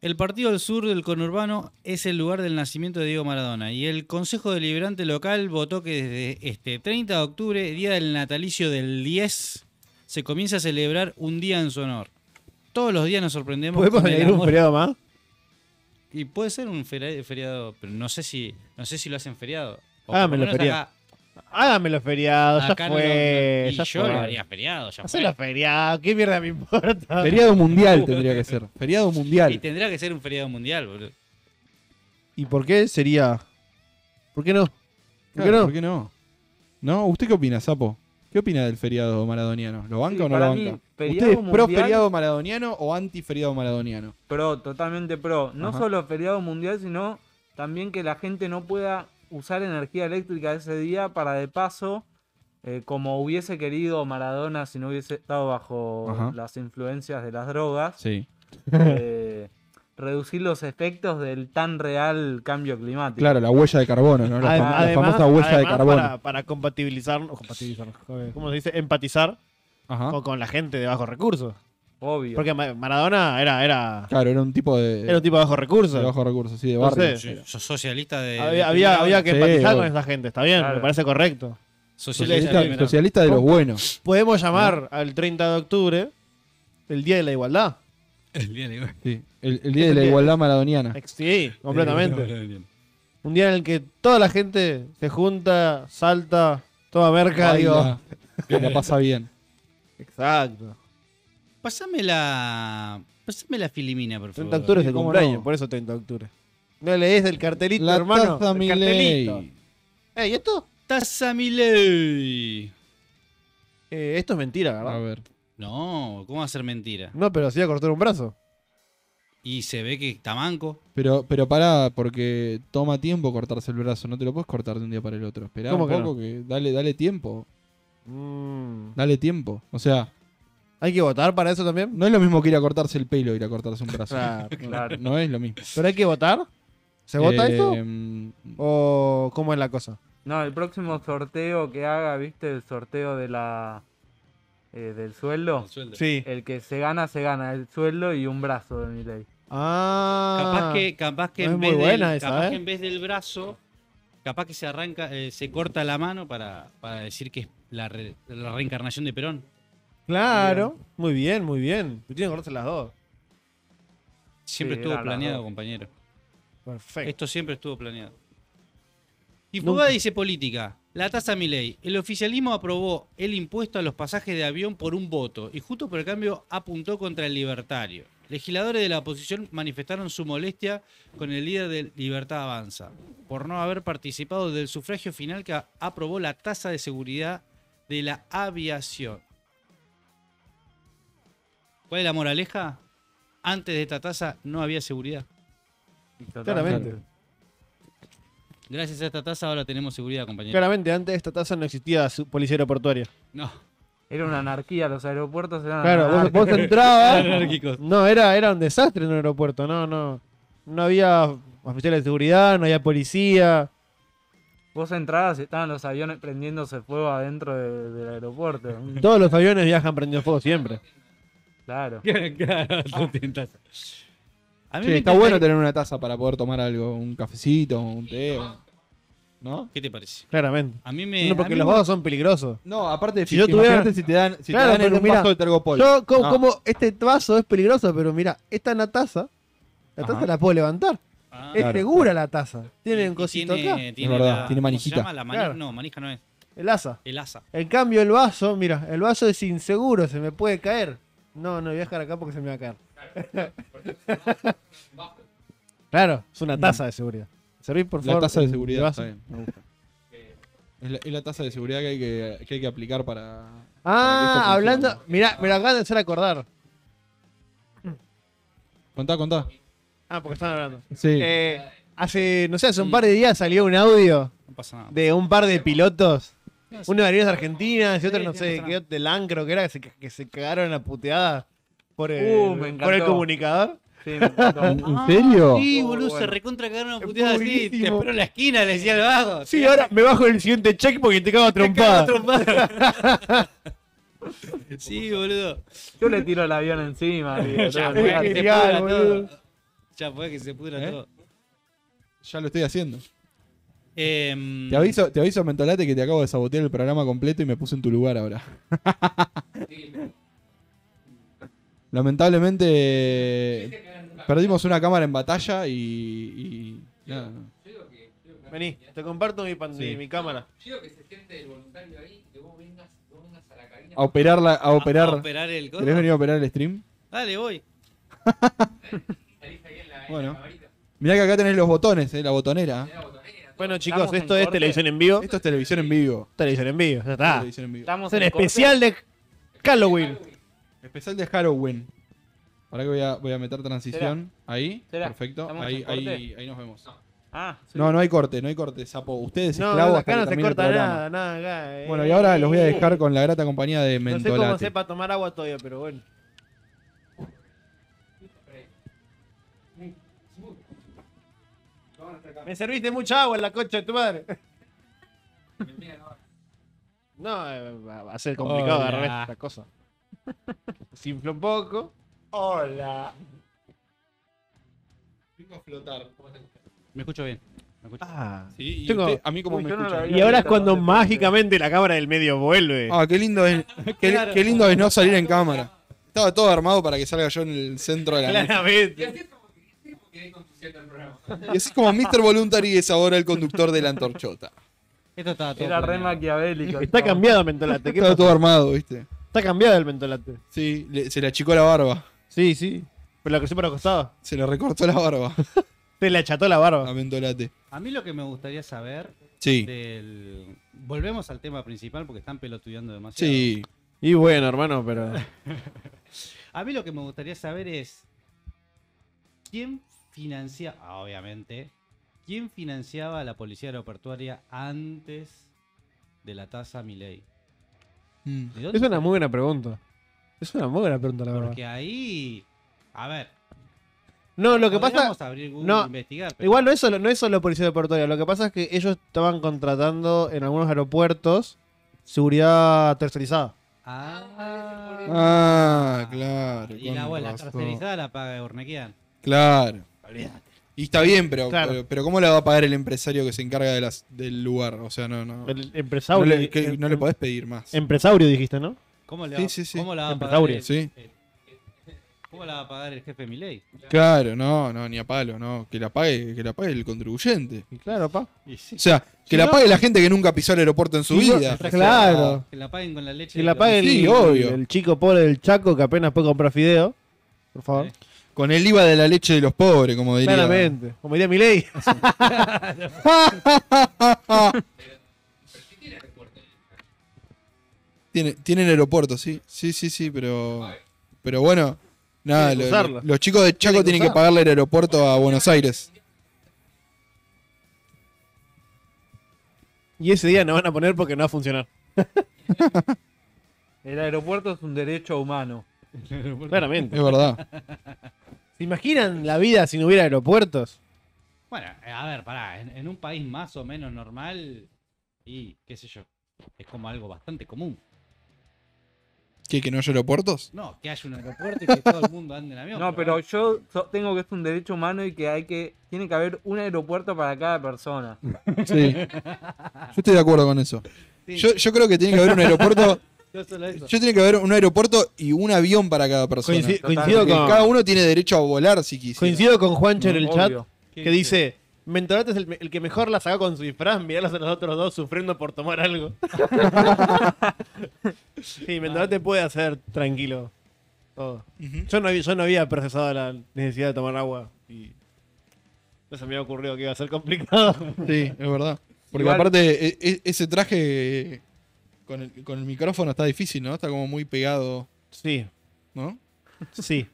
A: El Partido del Sur del Conurbano es el lugar del nacimiento de Diego Maradona. Y el Consejo Deliberante Local votó que desde este 30 de octubre, día del natalicio del 10, se comienza a celebrar un día en su honor. Todos los días nos sorprendemos.
D: ¿Podemos
A: con el
D: añadir un
A: amor-
D: periodo más?
A: Y puede ser un feri- feriado, pero no sé si, no sé si lo hacen feriado. O
D: Ah,
A: por
D: me
A: lo
D: lo
A: menos
D: fería.
A: acá-
D: Hágame los feriados,
A: acá
D: ya
A: no
D: fue.
A: lo- y
D: ya
A: yo eh.
D: fue.
A: lo haría feriado, ya
D: Hacé
A: fue.
D: los feriados, qué mierda me importa.
B: Feriado mundial tendría que ser. Feriado
A: Y
B: mundial.
A: tendría que ser un feriado mundial, boludo.
D: ¿Y por qué sería.? ¿Por qué no? ¿Por qué
B: Claro,
D: no?
B: ¿Por qué no? ¿No? ¿Usted qué opina, Sapo? ¿Qué opina del feriado maradoniano? ¿Lo banca
E: Sí,
B: o no
E: para
B: lo
E: mí,
B: banca?
E: feriado
B: ¿Usted es pro
E: mundial-
B: feriado maradoniano o anti feriado maradoniano?
E: Pro, totalmente pro. No
B: Ajá.
E: solo feriado mundial, sino también que la gente no pueda usar energía eléctrica ese día para de paso, eh, como hubiese querido Maradona si no hubiese estado bajo
B: Ajá.
E: las influencias de las drogas,
B: Sí.
E: eh, reducir los efectos del tan real cambio climático.
B: Claro, la huella de carbono, ¿no? La,
D: Adem-
B: fam- la famosa huella de
D: además,
B: carbono.
D: Para, para compatibilizarnos, compatibilizarnos, joder, ¿cómo se dice? Empatizar
B: Ajá.
D: con, con la gente de bajos recursos.
E: Obvio.
D: Porque Ma- Maradona era, era,
B: Claro, era un tipo de,
D: era un tipo de bajos recursos.
B: de bajo recurso, sí, de
D: No
B: barrio.
D: sé.
A: Yo soy socialista de. de
D: había, había,
A: primera
D: había
A: hora.
D: que
B: Sí,
D: empatizar
B: obvio.
D: con esa gente, está bien, me
E: Claro.
D: parece correcto.
A: Socialista, de
B: Socialista,
A: primera hora.
B: socialista de los buenos.
D: Podemos llamar al 30 de octubre el Día de la Igualdad.
A: El día de hoy.
B: Sí. El, el día de
D: el
B: la
D: día-
B: igualdad maradoniana.
D: Sí, completamente. Un día en el que toda la gente se junta, salta, toma merca, digo.
B: Baila, que la pasa bien.
D: Exacto.
A: Pásame la. Pásame la filimina, por favor.
D: 30 de octubre es el
B: ¿Cómo
D: cumpleaños,
B: no?
D: por eso 30 de octubre. No lees el cartelito,
B: La
D: hermano.
B: taza
D: El
B: Milei.
D: cartelito. Eh, ¿y esto?
A: Taza Milei.
D: Eh, esto es mentira, ¿verdad?
B: A ver.
A: No, ¿cómo va a ser mentira?
D: No, pero se iba a cortar un brazo.
A: Y se ve que está manco.
B: Pero, pero pará, porque toma tiempo cortarse el brazo. No te lo puedes cortar de un día para el otro. Esperá
D: ¿Cómo
B: un
D: que
B: poco que dale, dale tiempo.
D: Mm.
B: Dale tiempo. O sea,
D: ¿Hay que votar para eso también?
B: no es lo mismo que ir a cortarse el pelo, ir a cortarse un brazo.
D: Claro,
E: claro.
B: No es lo mismo.
D: ¿Pero hay que votar? ¿Se vota
B: Eh,
D: esto?
B: mm,
D: ¿O cómo es la cosa?
E: No, el próximo sorteo que haga, viste, el sorteo de la eh, del sueldo.
D: Sí.
E: El que se gana, se gana el sueldo y un brazo de mi ley.
D: Ah.
A: Capaz que, capaz que, en,
D: no es
A: vez
D: muy buena
A: del,
D: esa,
A: capaz que
D: ¿eh?
A: en vez del brazo, capaz que se arranca, eh, se corta la mano para, para decir que es la, re- la reencarnación de Perón.
D: Claro. Muy bien, muy bien. Tú tienes que cortarse las dos.
A: Siempre
E: Sí,
A: estuvo
E: era la
A: planeado,
E: dos.
A: compañero.
D: Perfecto.
A: Esto siempre estuvo planeado. Y
D: Nunca.
A: Fugada dice política. La tasa Milei. El oficialismo aprobó el impuesto a los pasajes de avión por un voto y justo por el cambio apuntó contra el libertario. Legisladores de la oposición manifestaron su molestia con el líder de Libertad Avanza por no haber participado del sufragio final que a- aprobó la tasa de seguridad de la aviación. ¿Cuál es la moraleja? Antes de esta tasa no había seguridad.
E: Y totalmente-
D: Claramente.
A: Gracias a esta tasa ahora tenemos seguridad, compañero.
D: Claramente, antes de esta tasa no existía su- policía aeroportuaria.
A: No.
E: Era una anarquía, los aeropuertos eran
D: Claro, vos,
E: anárquicos.
D: vos entrabas.
A: Ah, Anárquicos.
D: No, era, era un desastre en un aeropuerto. No, no. No había oficiales de seguridad, no había policía.
E: Vos entrabas y estaban los aviones prendiéndose fuego adentro de- del aeropuerto.
D: Todos los aviones viajan prendiendo fuego siempre.
E: Claro.
A: Claro, tú tentas. A mí
B: che,
A: me
B: está
A: encantaría-
B: bueno tener una taza para poder tomar algo, un cafecito, un té. o- ¿No?
A: ¿Qué te parece?
D: Claramente.
A: A mí me.
D: no,
A: a
D: porque
A: mí
D: los
A: me-
D: vasos son peligrosos.
B: No, aparte, si
D: Si yo tuviera-
B: si te dan, si te
D: Claro,
B: dan en
D: pero
B: un
D: mirá,
B: vaso de tergopol.
D: Yo, como,
B: No.
D: como este vaso es peligroso, pero mira, esta es la taza. La taza
B: Ajá.
D: la puedo levantar.
A: Ah,
D: Es
B: Claro.
D: segura la taza. Tiene
A: y
D: un cosito
A: tiene,
D: Eh, acá.
A: Tiene,
B: Es verdad,
A: la-
B: tiene
A: ¿cómo se
B: manijita.
A: llama? La mani-
D: Claro.
A: No, manija no es.
D: El asa.
A: El asa.
D: En cambio, el vaso, mira, el vaso es inseguro, se me puede caer. No, no voy a dejar acá porque se me va a caer. claro, es una taza de seguridad. Serví, por
B: La
D: favor. eh,
B: tasa de
D: el
B: seguridad.
D: vaso.
B: está bien, me gusta. Es la, es la tasa de seguridad que hay que, que hay que aplicar para. para que esto
D: Ah,
B: funcione.
D: hablando. Mirá, me lo acaban de hacer acordar.
B: Contá, contá.
D: Ah, porque están hablando.
B: Sí.
D: Eh, hace, no sé, hace un par de días salió un audio
A: No pasa nada.
D: de un par de pilotos. Uno de Aerolíneas Argentinas y otro, no sé, qué, del Ancro, que era que se, que se cagaron a puteada por el,
E: Uh, me
D: por el
E: encantó.
D: comunicador.
E: Sí, me encantó.
B: ¿En, en serio?
A: Ah, Sí,
E: Oh,
A: boludo, se
E: bueno.
A: recontra cagaron una
D: Es
A: puteada así. Te
D: buenísimo.
A: espero en la esquina, le decía al vago.
D: Sí, ahora me bajo del siguiente check porque te cago a trompada.
A: Sí, boludo.
E: Yo le tiro el avión encima. digo,
A: Ya
E: no,
A: fue,
E: no,
A: que se
D: genial,
A: pudra
D: boludo.
A: todo. Ya fue, que se pudra
B: ¿Eh?
A: todo.
B: Ya lo estoy haciendo.
A: Em,
B: Te aviso, te aviso, Mentolate, que te acabo de sabotear el programa completo y me puse en tu lugar ahora. Lamentablemente perdimos una cámara en batalla y. y- nada.
D: Vení, te comparto mi, pan- mi- mi cámara.
B: a operar la, a operar.
A: a operar el coso.
B: Ah, ¿Querés venir a operar el stream?
A: Dale, voy.
B: Bueno. Mirá que acá tenés los botones, eh, la botonera.
D: Bueno, chicos,
E: Estamos en
D: esto es
E: corte.
D: televisión en vivo.
B: Esto es televisión en vivo.
D: televisión en vivo, ya está.
B: Televisión en vivo.
E: Estamos
D: Es un
E: en corte.
D: especial de Halloween.
B: Especial de Halloween. Ahora que voy a, voy a meter transición. Ahí.
E: ¿Será?
B: Perfecto.
E: ¿Estamos
B: Ahí,
E: en corte?
B: ahí, ahí nos vemos.
E: Ah, sí.
B: No, no hay corte, no hay corte, sapo. Ustedes
D: No,
B: esclavos hasta
D: acá no
B: que
D: se
B: termine el
D: corta
B: programa.
D: nada, nada acá. eh.
B: Bueno, y ahora los voy a dejar con la grata compañía de
D: No sé
B: Mentolate.
D: cómo sepa tomar agua todavía, pero bueno. Me serviste mucha agua en la concha de tu madre. No, eh, va va a ser complicado
A: Hola.
D: agarrar esta cosa. Se infla un poco. Hola.
A: Me escucho bien. Me escucho.
B: Ah, Sí, y
D: Tengo-
B: usted- a mí como
E: Uy,
B: me
E: yo no
B: escucha.
E: la vi.
D: Y ahora es cuando mágicamente la cámara del medio vuelve.
B: Ah, qué lindo es, qué,
A: Claro.
B: qué lindo es no salir en cámara. Estaba todo armado para que salga yo en el centro de la mesa.
D: Claramente.
B: Y así como Mr. Voluntary es ahora el conductor de la antorchota.
A: Esto estaba todo.
E: Era re
A: planeado.
E: maquiavélico.
D: Está
E: chabón.
D: cambiado el mentolate. ¿qué
B: Estaba
D: pasa?
B: todo armado, ¿viste?
D: Está cambiado el mentolate.
B: Sí, le- se le achicó la barba.
D: Sí, sí. Pero la creció para los costados.
B: Se le recortó la barba.
D: Te la acható la barba.
B: Lamentolate.
A: A mí lo que me gustaría saber
B: Sí.
A: del. Volvemos al tema principal porque están pelotudeando demasiado.
B: Sí.
D: Y bueno, hermano, pero.
A: A mí lo que me gustaría saber es. ¿Quién financia. ah, Obviamente. ¿Quién financiaba a la policía aeroportuaria antes de la tasa Miley?
B: Mm.
A: ¿De dónde
D: Es una muy buena pregunta. Es una muy buena pregunta, la verdad.
A: Porque ahí. A ver.
D: No, lo que pasa.
A: podríamos abrir Google
D: no,
A: e investigar. pero-
D: Igual no es solo, no es solo policía de Puerto Rico, Lo que pasa es que ellos estaban contratando en algunos aeropuertos seguridad tercerizada.
A: Ah,
B: Ah, claro.
A: Y la
B: con
A: abuela
B: razón.
A: tercerizada la paga Ornequian.
B: Claro. Y está bien, pero,
D: Claro.
B: pero pero ¿cómo la va a pagar el empresario que se encarga de las, del lugar? O sea, no, no.
D: El em-
B: No
D: empresario.
B: le, que- no le podés pedir más.
D: Empresario dijiste, ¿no?
A: ¿Cómo, le
B: Sí,
A: va-
B: sí, sí.
A: ¿Cómo la va a
D: Siempre
A: pagar?
D: Tauri,
A: el-
B: sí.
A: el- ¿Cómo la va a pagar el jefe Milei?
B: Claro, no, no, ni a palo, no. Que la pague, que la pague el contribuyente.
D: Y claro, pa.
B: O sea, que
D: Si
B: la
D: no-
B: pague la gente que nunca pisó el aeropuerto en su
D: Si no-
B: vida.
D: Claro.
A: Que la paguen con la leche.
D: Que
A: de
D: la
A: los-
D: pague el,
B: Sí, obvio.
D: el chico pobre del Chaco que apenas puede comprar fideo. Por favor.
A: Sí.
B: Con el IVA de la leche de los pobres, como diría.
D: Claramente. Como diría Milei.
B: Tiene, tienen aeropuerto, sí. Sí, sí, sí, pero. Pero bueno. Nada,
D: Tienen que
B: lo-
D: usarlo.
B: los chicos de Chaco
D: Tienen que
B: tienen que
D: usar.
B: pagarle el aeropuerto a Buenos Aires.
D: Y ese día no van a poner porque no va a funcionar.
E: El aeropuerto es un derecho humano.
D: Claramente.
B: Es verdad.
D: ¿Se imaginan la vida si no hubiera aeropuertos?
A: Bueno, eh, a ver, pará. En, en un país más o menos normal. Y qué sé yo. Es como algo bastante común.
B: ¿Qué, que no haya aeropuertos?
A: No, que haya un aeropuerto y que todo el mundo ande en avión.
E: No, pero yo tengo que es un derecho humano y que hay que. Tiene que haber un aeropuerto para cada persona.
B: Sí. Yo estoy de acuerdo con eso.
A: Sí,
B: Yo, yo creo que tiene que haber un aeropuerto.
A: yo solo eso.
B: Yo tiene que haber un aeropuerto y un avión para cada persona.
D: Coinci-
E: Total.
D: coincido,
B: Porque
D: con,
B: cada uno tiene derecho a volar si quisiera.
D: coincido con Juancho en el chat
E: Obvio.
A: ¿Qué
D: que dice: Mentorate es el, el que mejor la saca con su disfraz. Miralos a los otros dos sufriendo por tomar algo. sí, Mentorate puede hacer tranquilo todo.
B: Ujú.
D: Yo no, había- yo no había procesado la necesidad de tomar agua y. No se me había ocurrido que iba a ser complicado.
B: Sí, es verdad. Porque
E: Igual-
B: aparte, e- e- ese traje eh, con el, con el micrófono está difícil, ¿no? Está como muy pegado,
D: Sí,
B: ¿no?
D: sí.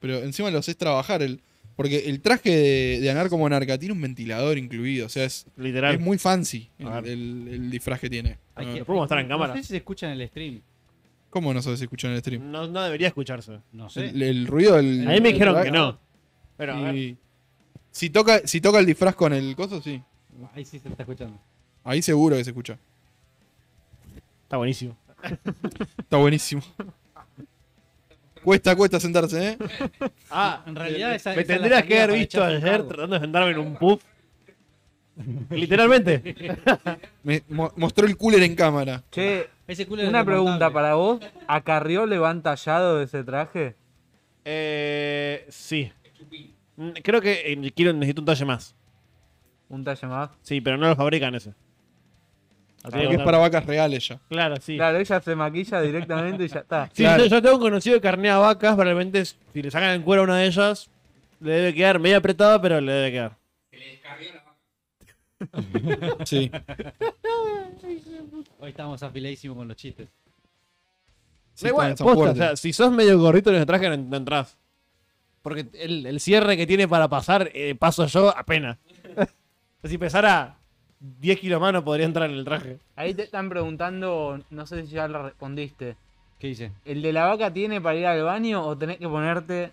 B: Pero encima lo haces trabajar. El, porque el traje de, de Anar como Anarca tiene un ventilador incluido. O sea, es,
D: Literal.
B: es muy fancy el,
D: A ver.
B: el- el disfraz que tiene.
A: Hay
B: Ah,
A: que-
D: lo puedo mostrar en cámara.
A: No sé si se escucha en el stream.
B: ¿Cómo no sabes si escuchó en el stream?
D: No, no debería escucharse.
A: No sé.
B: El, el ruido del.
D: A mí me
B: del
D: dijeron
B: traje.
D: que no. Pero a ver.
B: Y si toca, si toca el disfraz con el coso, sí.
A: Ahí sí se está escuchando.
B: Ahí seguro que se escucha.
D: Está buenísimo.
B: Está buenísimo. Cuesta, cuesta sentarse, ¿eh?
D: Ah,
A: En realidad, esa- esa
D: me
A: es la
D: tendrías que
A: salida
D: haber
A: para
D: visto
A: echarse un
D: ayer
A: cabo.
D: tratando de sentarme en un puff. Literalmente.
B: Me mo- mostró el cooler en cámara.
E: Che,
A: Ese culo es
E: una pregunta
A: remontable.
E: para vos. ¿A Carrió le van tallado de ese traje?
D: Eh, sí. Mm, Creo que eh, quiero, necesito un talle más.
E: ¿Un talle más?
D: Sí, pero no lo fabrican ese. Así
E: Porque
B: Porque
D: que-
B: es para vacas reales ya.
D: Claro, sí.
E: Claro, ella se maquilla directamente y ya está.
D: Sí,
B: Claro.
D: Yo, yo tengo un conocido que carnea vacas, probablemente si le sacan el cuero a una de ellas, le debe quedar medio apretada, pero le debe quedar.
B: Sí.
A: Hoy estamos afiladísimos con los chistes.
B: Sí,
D: da igual,
B: está- está
D: posta,
B: fuerte.
D: o sea, si sos medio gordito en el traje, no, no entrás. Porque el, el cierre que tiene para pasar, eh, paso yo apenas. si pesara 10 kilos más, no podría entrar en el traje.
E: Ahí te están preguntando, no sé si ya lo respondiste.
A: ¿Qué dice?
E: ¿El de la vaca tiene para ir al baño o tenés que ponerte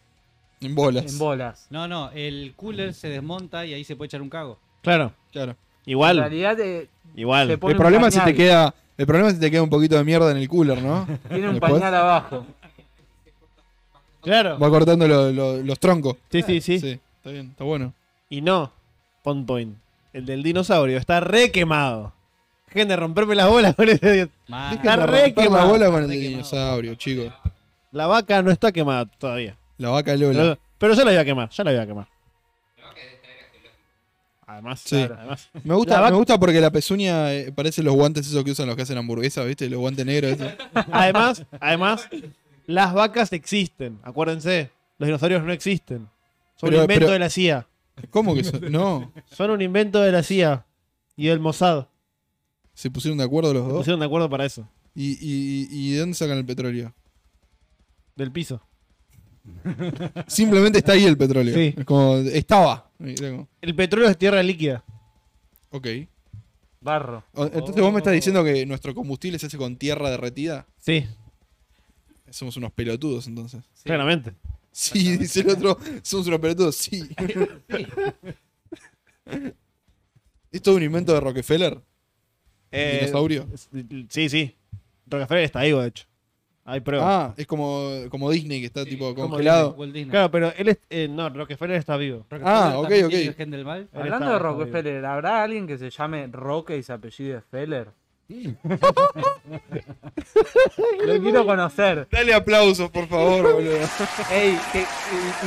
B: En bolas.
E: en bolas?
A: No, no, el cooler se desmonta y ahí se puede echar un cago.
D: Claro.
B: Claro.
E: En
D: Igual,
E: realidad eh, se
D: igual.
E: pone
B: el problema
E: un
B: es si te
E: pañal.
B: queda. El problema es si te queda un poquito de mierda en el cooler, ¿no?
E: Tiene un
B: Después
E: pañal abajo.
D: Claro.
B: Va cortando lo- lo- los troncos.
D: Sí, sí, sí,
B: Sí, está bien, está bueno.
D: Y no, Pon Point. El del dinosaurio está re quemado. Gente, romperme las bolas con ese.
A: Más.
D: Está
B: Déjenme
D: re
B: romper la
D: quemado,
B: bola con el
A: re
B: de
A: quemado.
B: dinosaurio, chicos.
D: La vaca no está quemada todavía.
B: La vaca Lola.
D: Pero, pero ya la iba a quemar, ya la iba a quemar. Además,
B: Sí.
D: claro, además.
B: Me gusta,
D: La vaca-
B: me gusta porque la pezuña eh, parece los guantes esos que usan los que hacen hamburguesas, ¿viste? Los guantes negros. esos.
D: Además, además, las vacas existen, acuérdense. Los dinosaurios no existen. Son
B: Pero-
D: un invento
B: pero-
D: de la CIA.
B: ¿Cómo que eso? No.
D: Son un invento de la CIA y el Mossad.
B: Se pusieron de acuerdo los
D: Se
B: dos.
D: pusieron de acuerdo para eso.
B: ¿Y, y, y- y de dónde sacan el petróleo?
D: Del piso.
B: Simplemente está ahí el petróleo.
D: Sí.
B: Es como, estaba. Era como,
D: El petróleo es tierra líquida.
B: ok.
E: Barro.
B: O- Entonces vos me estás diciendo que nuestro combustible se hace con tierra derretida.
D: Sí,
B: Somos unos pelotudos entonces.
E: Sí.
D: claramente.
B: Sí, dice el otro, somos unos pelotudos, sí. ¿Es todo un invento de Rockefeller?
D: Eh,
B: ¿Dinosaurio?
D: es- Sí, sí. Rockefeller está vivo, de hecho. Hay pruebas.
B: Ah, es como, como Disney que está tipo
A: Como
B: congelado.
A: Walt Disney.
D: Claro, pero él es, eh, no, Rockefeller está vivo.
A: Rockefeller
B: Ah, ok,
A: también
B: ok.
A: tiene Virgen del Mal.
D: Él
E: Hablando
D: está-
E: de
D: está vivo.
E: Rockefeller, ¿habrá alguien que se llame Roque y se apellide Feller? Lo quiero conocer.
B: Dale aplausos, por favor, boludo.
E: Ey, que- eh,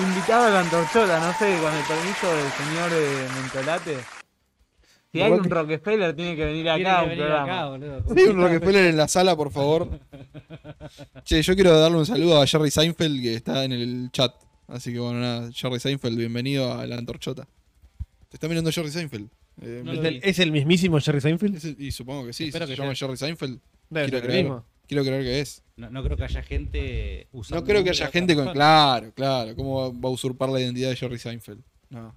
E: invitado a la antorchota, no sé, con el permiso del señor eh, Mentolate. Si hay un
B: Roque-
E: Rockefeller, tiene que venir
A: Tiene
E: acá a
A: que
E: un
A: venir
E: programa.
A: acá, boludo.
B: Sí, un Rockefeller en la sala, por favor. Che, yo quiero darle un saludo a Jerry Seinfeld que está en el chat. Así que bueno, nada, Jerry Seinfeld, bienvenido a la antorchota. ¿Te está mirando Jerry Seinfeld? Eh,
A: No
D: ¿Es
A: lo
D: el,
A: vi.
D: es el mismísimo Jerry Seinfeld?
B: es el- y supongo que sí, si
A: Espero
B: se
A: que
B: llama
A: sea.
B: Jerry Seinfeld. Quiero
D: Debe ser el
B: creer.
D: mismo.
B: Quiero creer que es.
A: No, no creo que haya gente usando.
B: No creo que
A: el nombre
B: haya
A: de
B: gente
A: otra
B: con.
A: persona.
B: Claro, claro. ¿Cómo va a usurpar la identidad de Jerry Seinfeld? No.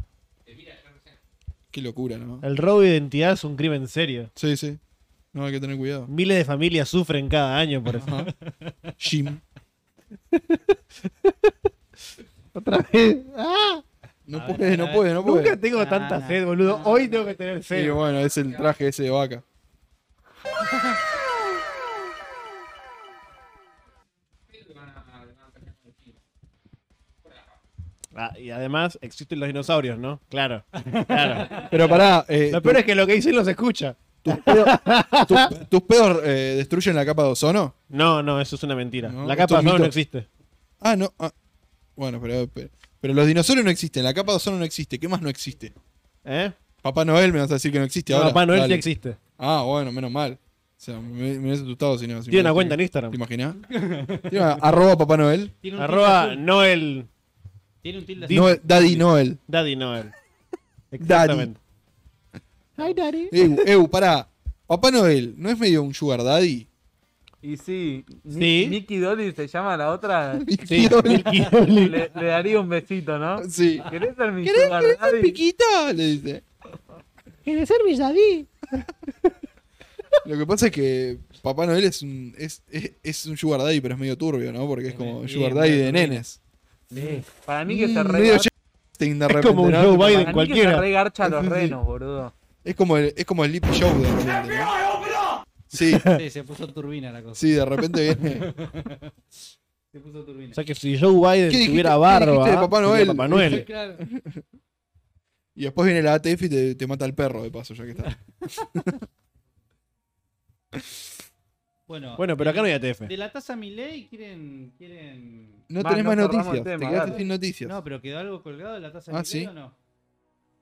B: Qué locura, ¿no?
D: El robo de identidad es un crimen serio.
B: Sí, sí. No, hay que tener cuidado.
D: Miles de familias sufren cada año por eso.
B: Ajá. Jim.
D: Otra vez. ¡Ah!
B: No
A: A ver,
B: puede,
A: a
B: no
A: ver.
B: puede, no puede.
D: Nunca tengo
A: No,
D: tanta
A: no.
D: sed, boludo.
A: No,
D: Hoy tengo que tener
B: Sí,
D: sed.
B: bueno, es el traje ese de vaca.
D: Ah, y además existen los dinosaurios, ¿no? Claro. claro.
B: Pero pará, eh,
D: Lo
B: tu-
D: peor es que lo que dicen los escucha.
B: tus pedos, tus- tus pedos, eh, destruyen la capa de ozono.
D: No, no, eso es una mentira.
B: No,
D: la
B: esto
D: capa
B: es
D: no,
B: mito.
D: no existe.
B: Ah, no. ah. Bueno, pero, pero, pero los dinosaurios no existen, la capa de ozono no existe. ¿Qué más no existe?
D: ¿Eh?
B: Papá Noel me vas a decir que no existe
D: No,
B: ahora.
D: Papá Noel sí
B: Dale.
D: existe.
B: Ah, bueno, menos mal. O sea, me, me hubiese asustado si no. si
D: Tiene una
B: me-
D: cuenta en
B: ¿Te
D: Instagram.
B: imaginas? Tiene una- arroba Papá Noel.
A: Tiene un
D: Arroba
A: tilde azul.
D: Noel.
A: Tiene un tilde azul.
B: Noel- Daddy Noel.
D: Daddy Noel.
B: Exactamente.
D: Hi, Daddy.
B: Ew, ew, pará. Papá Noel, ¿no es medio un sugar daddy?
E: Y sí, Ni-
D: Sí.
E: Nicky Dolly se llama la otra.
D: Sí, Milky Dolly.
E: Le, le daría un besito, ¿no?
B: Sí.
E: ¿Querés ser mi
B: ¿Querés,
E: sugar
B: querés un
E: daddy?
B: piquito? Le dice.
D: ¿Quieres ser mi daddy?
B: Lo que pasa es que Papá Noel es un, es, es, es un sugar daddy, pero es medio turbio, ¿no? Porque es como
A: Sí,
B: sugar
A: es
B: daddy
A: medio
B: de
A: turbio.
B: nenes.
E: Sí. Para mí que se
B: Mm,
E: re-
B: medio Einstein de repente,
D: como un
B: ¿no?
D: Joe
B: Tipo,
E: para
D: Biden
E: mí que
D: cualquiera.
E: se regarcha a los
B: Sí, sí.
E: renos, boludo.
B: Es como el, es como el Sleepy Show de repente, ¿no? Sí,
A: Sí, se puso turbina la cosa.
B: sí, de repente viene.
A: Se puso
D: O
A: turbina.
D: sea que si Joe Biden
B: ¿Qué dijiste-
D: tuviera
B: qué
D: barba,
B: dijiste de Papá
D: sería
B: Noel?
D: Papá Noel.
A: Claro.
B: Y después viene la ATF y te, te mata el perro, de paso, ya que está.
A: Bueno,
D: Bueno, pero acá no hay ATF.
A: De la tasa Milei quieren, quieren.
B: No
E: Más,
B: tenés
E: no
B: más
E: cerramos el
B: noticias.
E: tema,
B: te quedaste
E: dale.
B: sin noticias.
A: No, pero quedó algo colgado de la tasa
B: Ah,
A: Milei
B: ¿sí?
A: o no.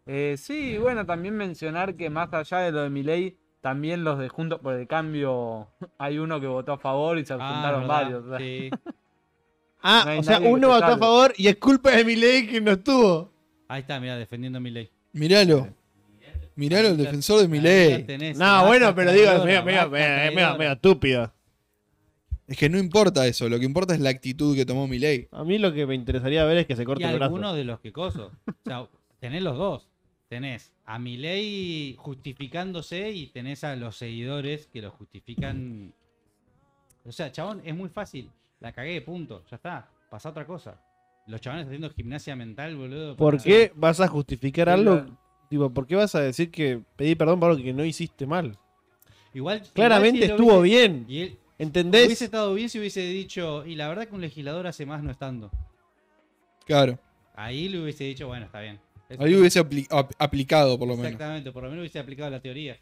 E: Eh, sí, bueno, también mencionar que más allá de lo de Milei, también los de Juntos por el Cambio, hay uno que votó a favor y se
A: Ah,
E: abstentaron varios.
A: ¿verdad? Sí.
D: Ah,
E: No hay
D: o sea,
E: nadie que
D: uno
E: te
D: votó a
E: salve.
D: favor y es culpa de mi ley que no estuvo.
A: Ahí está, mira, defendiendo a Milei.
B: Miralo. Miralo, el defensor de Milei.
D: No, bueno, pero digo, es medio, medio,
A: mira, mira,
D: medio, medio- medio estúpido.
B: Es que no importa eso, lo que importa es la actitud que tomó Milei.
D: A mí lo que me interesaría ver es que se
A: Y
D: corte el brazo.
A: algunos de los que coso. O sea, tenés los dos. Tenés a Milei justificándose y tenés a los seguidores que lo justifican. O sea, chabón, es muy fácil. La cagué, punto. Ya está. Pasa otra cosa. Los chabones haciendo gimnasia mental, boludo.
D: ¿Por
A: para-
D: qué vas a justificar algo?
E: Claro.
D: Digo, ¿por qué vas a decir que pedí perdón por algo que no hiciste mal?
A: Igual,
D: Claramente
A: igual si lo
D: estuvo
A: hubiese-
D: bien.
A: Y él hubiese
D: ¿Entendés?
A: estado bien si hubiese dicho. Y la verdad que un legislador hace más no estando.
B: Claro.
A: Ahí le hubiese dicho, bueno, está bien. Eso-
B: Ahí hubiese apli- ap- aplicado, por lo menos.
A: Exactamente, por lo menos hubiese aplicado la teoría.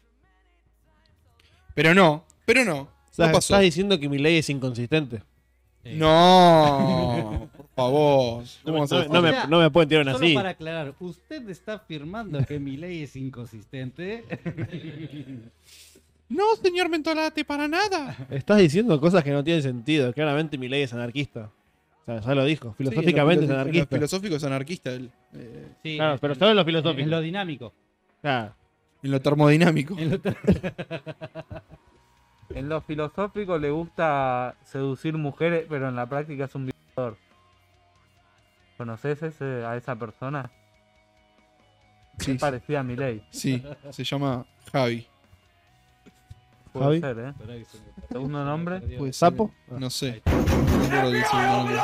B: Pero no, pero no.
D: Estás,
B: No pasó.
D: estás diciendo que mi ley es inconsistente.
A: Eh,
B: No, por favor. ¿Cómo
D: No,
B: vas a decir?
D: no me, no me pueden tirar una
A: Solo
D: así.
A: para aclarar, usted está afirmando que mi ley es inconsistente.
B: No, señor Mentolate, para nada.
D: Estás diciendo cosas que no tienen sentido. Claramente mi ley es anarquista. O sea, ya lo
B: Sí,
D: dijo,
B: en lo
D: filosóficamente
B: filo-
D: es
B: en lo
D: anarquista.
B: filosófico es anarquista él. Eh,
A: Sí,
D: Claro,
A: eh,
D: pero solo en lo
A: en
D: filosófico.
A: lo dinámico.
D: Claro.
B: en lo termodinámico.
A: En lo
E: En lo filosófico le gusta seducir mujeres, pero en la práctica es un violador. ¿Conoces ese- a esa persona?
B: Sí,
E: Es parecida a Miley.
B: sí, se llama Javi.
E: Puede
D: Javi.
E: ser, ¿eh?
A: Pará que se me-
E: Segundo nombre.
B: Puede ser.
D: ¿Sapo?
B: No sé. No me acuerdo del segundo nombre.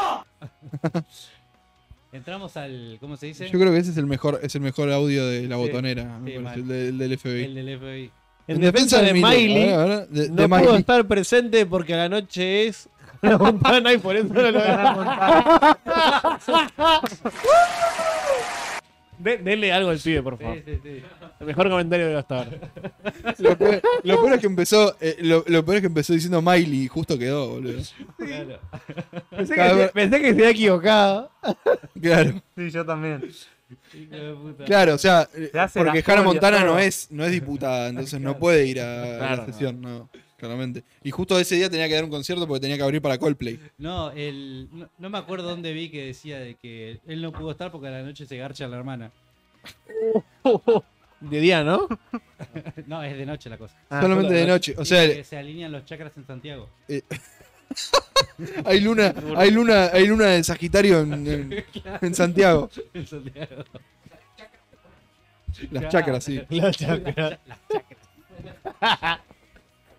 A: Entramos al. ¿Cómo se dice?
B: Yo creo que ese es el mejor, es el mejor audio de la
A: Sí,
B: botonera, me
A: sí,
B: parece,
A: mal.
B: el, de- el del FBI.
A: El del FBI.
D: En defensa de
B: Miley,
D: Miley,
B: a ver, a ver, de,
D: no
B: de
D: puedo
B: Miley.
D: estar presente porque a la noche es la montana y por eso no lo De- denle algo al pibe, por favor.
A: Sí, sí, Ah. sí.
D: El mejor comentario de hasta ahora.
B: Lo peor, lo peor es que empezó, eh, lo, lo peor es que empezó diciendo Miley y justo quedó, boludo.
A: Claro.
D: Pensé que,
B: Cada-
D: se- pensé que se había equivocado.
B: Claro,
E: Sí, yo también.
A: Hijo de puta.
B: claro, o sea, eh,
E: Se hace
B: porque
E: la
B: Hannah
E: Julia,
B: Montana
E: todo.
B: no es, no es diputada, entonces no puede ir a
D: Claro,
B: la sesión, no, claramente. Y justo ese día tenía que dar un concierto porque tenía que abrir para Coldplay.
A: No, el, no, no me acuerdo dónde vi que decía de que él no pudo estar porque a la noche se garcha la hermana.
D: De día, ¿no?
A: No, es de noche la cosa.
B: Ah,
D: Ah,
B: Solamente de noche. O sea,
A: Sí, que se alinean los chakras en Santiago.
B: hay luna, hay luna, hay luna de Sagitario en, en- en Santiago.
A: En Santiago.
B: Las chacras, sí.
D: La chacra.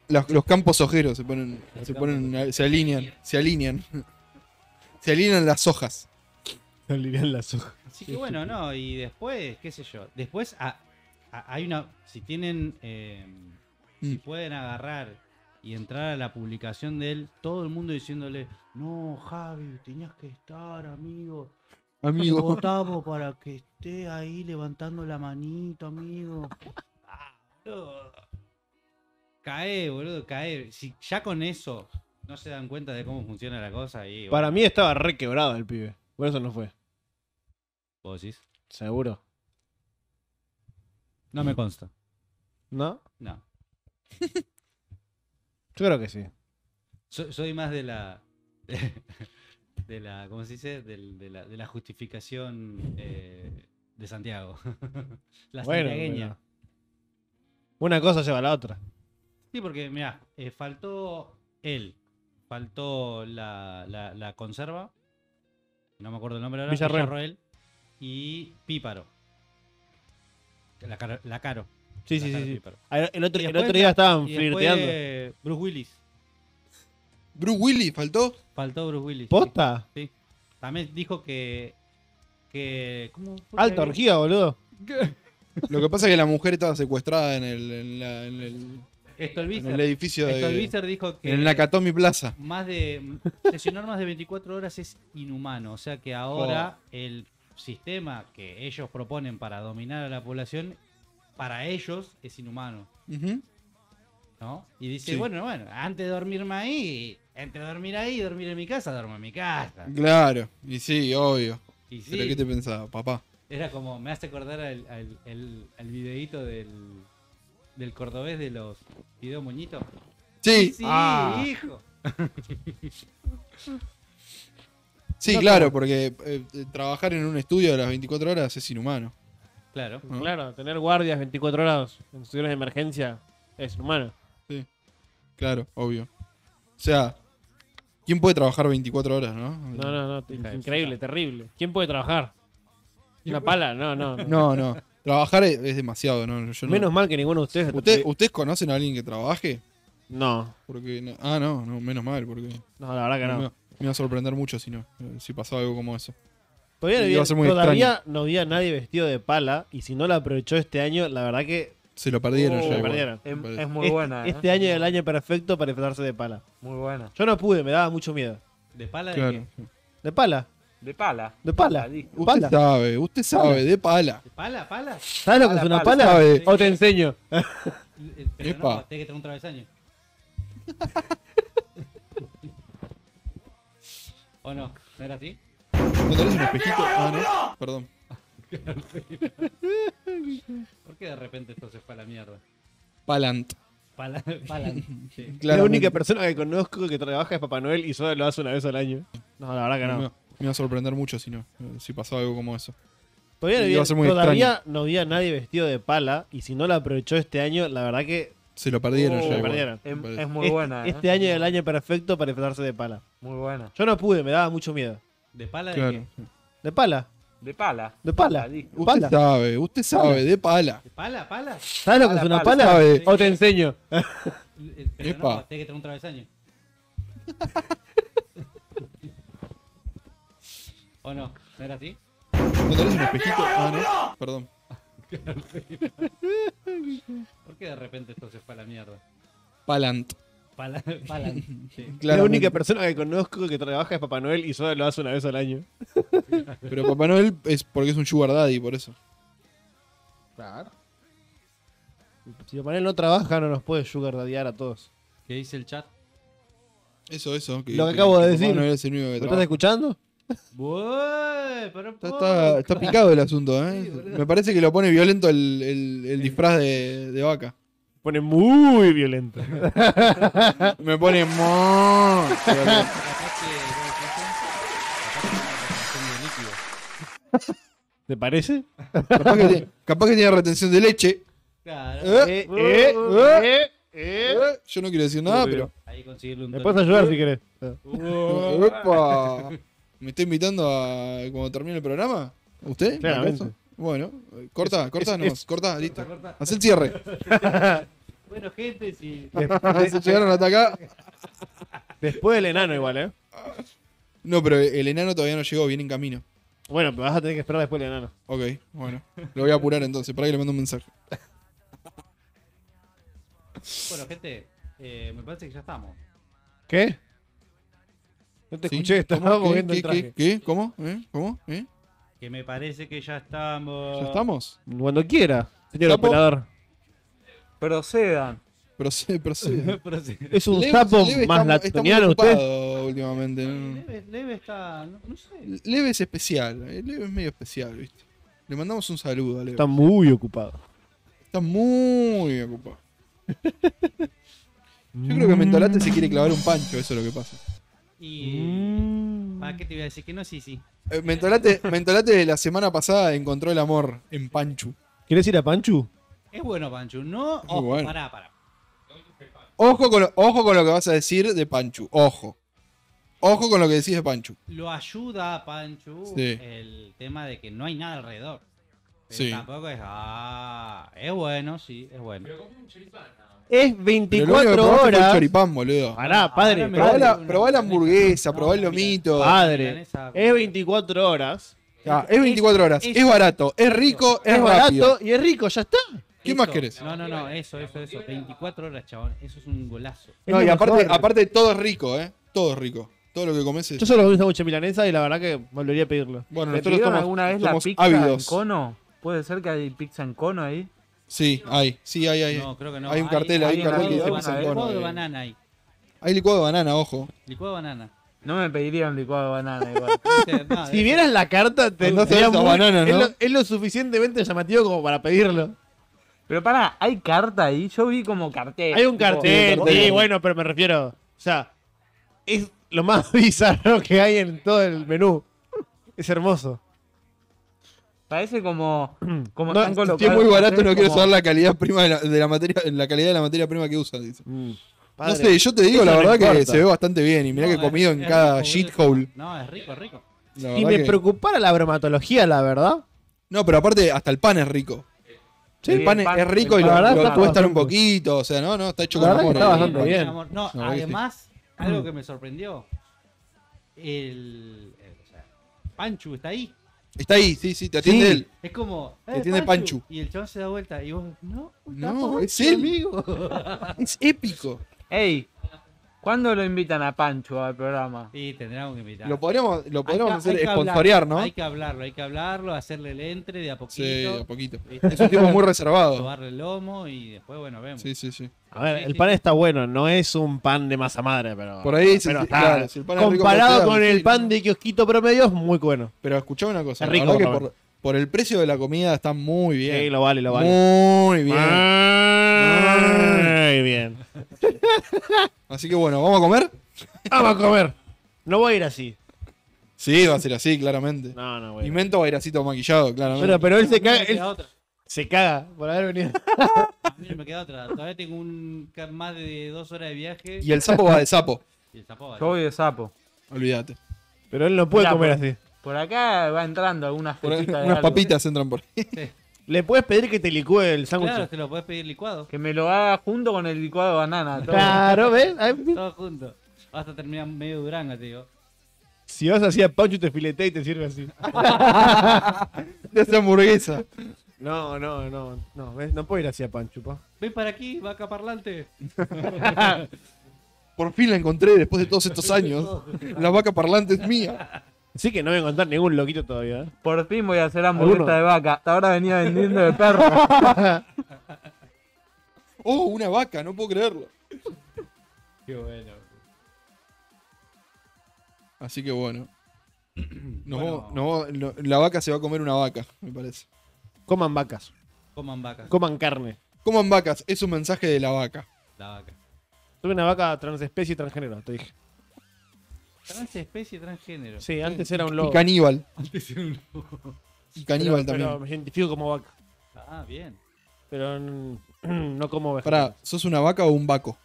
B: Los, los campos ojeros se ponen, se ponen, se alinean, se alinean. Se alinean las hojas.
D: No linean las hojas.
A: Así que bueno, no, y después, qué sé yo. Después a- a- hay una. Si tienen. eh, si
B: Mm.
A: pueden agarrar y entrar a la publicación de él, todo el mundo diciéndole: No, Javi, tenías que estar, amigo.
B: Amigo.
A: Votamos para que esté ahí levantando la manito, amigo. Ah, Cae, boludo, cae. Si ya con eso no se dan cuenta de cómo funciona la cosa, y
D: Para mí estaba re quebrado el pibe. Por eso no fue.
A: vos decís,
D: Seguro.
A: No me consta.
D: ¿No?
A: No.
D: Yo creo que sí.
A: So- soy más de la. De la. ¿Cómo se dice? Del- De, la, de la justificación eh, de Santiago. la
D: Bueno,
A: santiagueña.
D: pero- Una cosa lleva a la otra.
A: Sí, porque mirá, eh, faltó él, faltó la, la- la conserva, no me acuerdo el nombre ahora,
D: Villarroel.
A: y Píparo. La, Caro- la Caro.
D: Sí,
A: la
D: sí,
A: Caro
D: sí. sí.
A: Píparo.
D: A- El otro,
A: Y
D: el
A: después
D: otro día
A: la-
D: estaban
A: y después,
D: flirteando.
A: eh, Bruce Willis,
B: Bruce Willis faltó.
A: faltó Bruce Willis.
D: ¿Posta?
A: Sí. También dijo que... que ¿cómo fue que
D: Alta
A: había-
D: orgía, boludo.
B: Lo que pasa es que la mujer estaba secuestrada en el, en la- en el, en el
A: Stolbizer.
B: edificio de.
A: Stolbizer dijo que...
B: En la Katomi Plaza.
A: más de sesionar más de 24 horas es inhumano, o sea que
B: Oh.
A: ahora el sistema que ellos proponen para dominar a la población para ellos es inhumano,
B: Ujú.
A: ¿no? Y dice,
B: Sí.
A: bueno, bueno, antes de dormirme ahí, entre dormir ahí y dormir en mi casa, duermo en mi casa.
B: Claro. Y sí, obvio.
A: Y sí,
B: ¿Pero qué te pensaba, papá?
A: era como, me hace acordar al, al, al- al videíto del, del cordobés de los videos moñitos.
B: Sí,
A: Sí,
E: Ah.
A: hijo.
B: sí, claro, porque eh, eh, trabajar en un estudio a las 24 horas es inhumano.
A: Claro.
B: ¿no?
D: Claro, tener guardias 24 horas en situaciones de emergencia es humano.
B: Claro, obvio. O sea, ¿quién puede trabajar 24 horas, no?
D: No, no, no,
A: Hija de
D: es increíble, terrible. ¿Quién puede trabajar? Una pala, no, no. no.
B: No, no. Trabajar es, es demasiado, ¿no? Yo no-
D: Menos mal que ninguno de ustedes.
B: ¿Usted- ¿Ustedes conocen a alguien que trabaje?
D: No,
B: Porque no- Ah, no, no, menos mal, porque
D: no, la verdad que
B: me,
D: no.
B: me iba a sorprender mucho si no, eh, si pasaba algo como eso.
D: Todavía, no
B: Iba a
D: había,
B: ser muy
D: todavía no había nadie vestido de pala y si no la aprovechó este año, la verdad que
B: Se lo perdieron
E: Oh,
B: ya.
D: se
E: lo
B: igual.
D: Uh, perdieron.
E: Es,
B: parece.
E: es muy
D: Este-
E: buena, ¿eh?
D: Este año era el año perfecto para disfrazarse de pala.
E: Muy buena.
D: Yo no pude, me daba mucho miedo.
A: De pala de
B: Claro.
A: qué?
D: ¿De pala?
E: De pala.
D: ¿De pala?
E: Pala,
B: Usted
D: Pala.
B: sabe, usted sabe, de pala.
A: ¿De pala, pala?
D: ¿Sabes lo que es una pala?
E: pala,
B: sabe.
D: O te enseño.
A: Eh, Pero
B: Epa.
A: no, tenés que tener un travesaño. ¿O no? ¿No era así?
B: ¿No tenés un espejito? Ah, no. Perdón.
A: ¿Por qué de repente esto se fue a la mierda?
B: Palant.
A: Pala, pala. sí.
D: La
B: Claramente.
D: única persona que conozco que trabaja es Papá Noel y solo lo hace una vez al año. No, la verdad que
B: Me,
D: no.
B: me iba a sorprender mucho si no, eh, si pasaba algo como eso.
D: Todavía, no
B: Iba a
D: había,
B: ser muy
D: todavía no había nadie vestido de pala y si no lo aprovechó este año, la verdad que
B: Se lo perdieron
E: Oh,
B: ya.
E: lo
B: igual.
D: Uh, perdieron.
E: Es,
B: Me parece.
E: es muy
D: este,
E: buena. ¿eh?
D: este año era el año perfecto para disfrazarse de pala.
E: Muy buena.
D: Yo no pude, me daba mucho miedo.
A: ¿De pala de
B: Claro.
A: qué?
D: ¿De pala?
E: De pala.
D: ¿De pala?
E: Listo.
B: Usted
D: Pala.
B: sabe, usted sabe, de pala.
A: ¿De pala? ¿Pala?
D: ¿Sabes lo que es
E: Pala,
D: una pala?
E: pala.
B: Sabe.
D: O te enseño.
A: Eh, Pero
B: Epa.
A: no, tenés que tener un travesaño. ¿O no? ¿No era así?
B: ¿No tenés un espejito? Ah, no. Perdón.
A: ¿Por qué de repente esto se fue a la mierda?
B: Palant.
A: Pala, pala. sí.
D: La
B: Claramente.
D: única persona que conozco que trabaja es Papá Noel y solo lo hace una vez al año.
B: Pero Papá Noel es porque es un sugar daddy, por eso.
D: Si Papá Noel no trabaja, no nos puede sugar daddyar a todos.
A: ¿Qué dice el chat?
B: Eso, eso.
D: Lo que acabo de decir.
B: Papá Noel es el único que
D: ¿Me estás
B: trabaja.
D: escuchando?
A: Bué, pero
B: Está, está- está picado el asunto, ¿eh?
A: Sí, boludo.
B: Me parece que lo pone violento el, el- el disfraz de, de vaca.
D: Pone muy violento. Ah.
B: Me pone. mo-
A: Capaz que- capaz que es una retención de líquido.
D: ¿Te parece?
B: capaz, que, tiene- capaz que tiene retención de leche.
A: Claro.
B: ¿Eh?
D: Eh, eh, eh.
B: ¿Eh? Yo no quiero decir nada, pero.
A: Ahí conseguirle un
D: Me puedes ayudar si querés.
B: ¡Epa! ¿Me está invitando a cuando termine el programa? ¿Usted?
D: Claramente.
B: ¿Acaso? Bueno, eh, corta, corta
D: es-
B: nomás,
D: es-
B: corta, listo.
A: corta.
B: Haz el cierre.
A: Bueno, gente, si.
B: Ah. Se llegaron hasta acá.
D: Después del enano igual, ¿eh?
B: No, pero el enano todavía no llegó, viene en camino.
D: Bueno, pero vas a tener que esperar después del enano.
B: Ok, bueno. Lo voy a apurar entonces, para que le mando un mensaje.
A: Bueno, gente, eh, me parece que ya estamos.
D: ¿Qué? No te
B: ¿Sí?
D: escuché, estaba
B: ¿Cómo? ¿Qué?
D: moviendo
B: ¿Qué?
D: el
B: ¿Qué?
D: traje.
B: ¿Qué? ¿Cómo? ¿Eh? ¿Cómo? ¿Eh?
A: Que me parece que ya estamos.
D: Ah.
B: ¿Ya estamos?
D: Cuando quiera, señor
B: Sapo.
D: operador.
E: Procedan.
B: Procede, procede.
A: Pero sí,
D: Es un
B: Leve-
D: sapo
B: Leve está-
D: más
B: está
D: lactoniano
B: muy
D: usted.
B: ocupado últimamente. ¿no?
A: Leve, leve está. No, no sé.
B: Leve es especial, eh, Leve es medio especial, ¿viste? Le mandamos un saludo a Leve.
D: Está muy ocupado.
B: Está muy ocupado. Yo creo que Mentolate se quiere clavar un pancho, eso es lo que pasa.
A: Y.
D: Mm.
A: ¿Para qué te voy a decir que no? Sí, sí.
B: Eh, Mentolate, Mentolate la semana pasada encontró el amor en Panchu.
D: ¿Quieres ir a Panchu?
A: Es bueno, Pancho. No.
B: muy
A: Ojo,
B: bueno.
A: pará, pará.
B: Ojo con, lo, ojo con lo que vas a decir de Panchu, ojo. Ojo con lo que decís de Panchu.
A: Lo ayuda a Pancho
B: Sí.
A: el tema de que no hay nada alrededor. Pero
B: Sí.
A: tampoco es. Ah, es bueno, sí, es bueno.
D: Es
B: Pero lo único que
D: 24
B: probaste fue el
D: horas. Ah,
B: choripán, boludo.
D: Pará, padre,
A: Ahora me
B: Probá
A: vale
D: padre,
B: la,
A: una-
B: probá la hamburguesa,
A: No,
B: probá el
A: mira.
B: lomito.
D: Ah, padre.
A: Milanesa.
D: Es 24 horas.
B: Ah, es 24 horas, es,
A: es-
B: barato, es rico, es,
D: Es
B: rápido.
D: barato y es rico, ya está.
B: ¿Qué
A: Eso,
B: más querés?
A: No, no, no, eso, eso, eso. 24 horas, chabón. Eso es un golazo.
D: Es
B: No,
D: lo
B: y aparte,
D: mejor.
B: aparte todo es rico, ¿eh? Todo es rico. Todo lo que comes es...
D: Yo solo comí un sándwich de milanesa y la verdad que volvería a pedirlo.
B: Bueno,
E: ¿Te
B: nosotros
E: pidieron
B: somos,
E: alguna vez la
B: somos
E: pizza
B: ávidos.
E: en cono? ¿Puede ser que hay pizza en cono ahí?
B: Sí, hay, sí, hay, hay.
A: No, creo que no.
B: Hay un cartel,
E: hay un cartel que dice
A: licuado de
E: pizza en
A: banana,
B: cono,
A: Licuado de
B: eh.
A: banana ahí.
B: Hay licuado de banana, ojo.
A: Licuado de banana.
E: No me pediría un licuado de banana igual.
A: Viste, madre.
D: Si vieras la carta, te
B: Con dos
D: sería
B: trozos de
D: muy-
B: banana,
D: es,
B: ¿no?
D: lo, es lo suficientemente llamativo como para pedirlo.
E: Pero pará, ¿hay carta ahí? Yo vi como cartel.
D: Hay un
E: tipo,
D: cartel,
E: vos-
D: sí, bueno, pero me refiero. O sea, es lo más bizarro que hay en todo el menú. Es hermoso.
E: Parece como. como
D: No,
E: están
B: Si es
E: colocados
B: muy barato, no
E: carteles
B: quiero
E: como-
B: saber la calidad prima de la, de la materia, la calidad de la materia prima que usan. dice. Mm. No
D: Padre.
B: sé, yo te digo
D: Eso
B: la
D: no
B: verdad que
D: importa.
B: se ve bastante bien. Y mirá
A: No,
B: que he comido en
A: es
B: cada
A: rico, boludo.
B: shithole.
A: No, es rico, es rico.
B: La
D: Y
B: verdad
D: me
B: que-
D: preocupara la bromatología, la verdad.
B: No, pero aparte, hasta el pan es rico.
D: Sí,
B: el, pan
E: el pan-
B: es rico y
E: la
B: lo,
E: verdad
B: lo
E: está
B: tuestan un
D: bastante.
B: poquito. O sea, no, no, está hecho
D: La
B: con
D: verdad que
B: amor.
D: está
B: ¿no? Mm.
D: bastante
A: Sí,
D: bien.
A: mi amor. No,
B: La verdad que sí.
A: además, algo que me sorprendió. El. el- o sea, Panchu está ahí.
B: Está ahí, sí, sí, te atiende
D: Sí.
B: él.
A: Es como. "Eh,
B: Te atiende Panchu.
A: Y el chabón se da vuelta. Y vos, no,
B: No,
A: tampoco,
B: es él.
A: amigo.
B: Es épico.
E: Ey, ¿cuándo lo invitan a Pancho al programa?
A: Y tendríamos que invitar.
B: Lo podríamos, lo podríamos
A: Hay que-
B: hacer
A: hay que hablar-
B: esponsorear, ¿no?
A: Hay que hablarlo, hay que hablarlo, hacerle el entre de a poquito.
B: Sí, a poquito.
A: ¿viste?
B: Es un tipo muy reservado.
A: Sobarle el lomo y después, bueno, vemos.
B: Sí, sí, sí.
D: A ver,
A: sí.
D: el pan está bueno, no es un pan de masa madre, pero.
B: Por ahí sí,
D: pero
B: sí,
D: está-
B: claro, si el pan es rico,
D: comparado
B: pero-
D: con
B: sí,
D: el
B: no.
D: pan de kiosquito promedio, es muy bueno.
B: Pero escuchá una cosa.
D: Es
B: la
D: rico,
B: verdad que
D: por
B: por, por el precio de la comida está muy bien.
D: Sí, lo vale, lo vale.
B: Muy bien.
D: Muy bien.
B: Así que bueno, ¿vamos a comer?
D: Vamos a comer. No voy a ir así.
B: Sí, va a ser así, claramente.
F: No, no,
B: Y
F: güey.
B: Mento va a ir así todo maquillado, claramente.
D: Bueno, pero él se caga,
A: me queda
D: él
A: otra.
D: se caga por haber venido.
A: A mí no me queda otra. Todavía tengo un, ca- más de dos horas de viaje.
B: Y el sapo va de sapo,
A: Y el sapo va.
E: Yo voy de sapo.
B: olvídate.
D: Pero él no puede
E: Mirá,
D: comer
E: por-
D: así.
E: Por acá va entrando alguna
B: Por ahí,
E: fetita de
B: unas
E: algo.
B: papitas entran por ahí.
D: Le puedes pedir que te licúe el sándwich.
A: Claro, te lo podés pedir licuado.
E: Que me lo haga junto con el licuado de banana. todo.
D: Claro, ¿ves? Ay,
A: Todo junto. Vas a terminar medio durango, te digo.
D: Si vas así a Pancho, te filetea y te sirve así.
B: De esa hamburguesa.
D: No, no, no, no, ¿ves? No puedo ir así a Pancho, pa.
A: Ven para aquí, vaca parlante.
B: Por fin la encontré después de todos estos años. La vaca parlante es mía.
D: Sí que no voy a encontrar ningún loquito todavía, ¿eh?
E: Por fin voy a hacer hamburguesa
D: ¿Alguno?
E: de vaca. Hasta ahora venía vendiendo de perro.
B: Oh, una vaca, no puedo creerlo.
A: Qué bueno.
B: Así que bueno. Nos
A: Bueno.
B: vamos- nos vamos- lo- la vaca se va a comer una vaca, me parece.
D: Coman vacas,
A: Coman vaca.
D: coman carne.
B: Coman vacas, es un mensaje de la vaca.
A: La vaca.
D: Tuve una vaca transespecie y transgénero, te dije.
A: Transespecie, transgénero.
D: Sí, antes era un
B: Y
D: lobo.
B: caníbal.
A: Antes era un lobo.
B: Y
D: pero,
B: caníbal también.
D: pero me identifico como vaca.
A: Ah, bien.
D: Pero mm, no como oveja.
B: Pará, ¿sos una vaca o un vaco?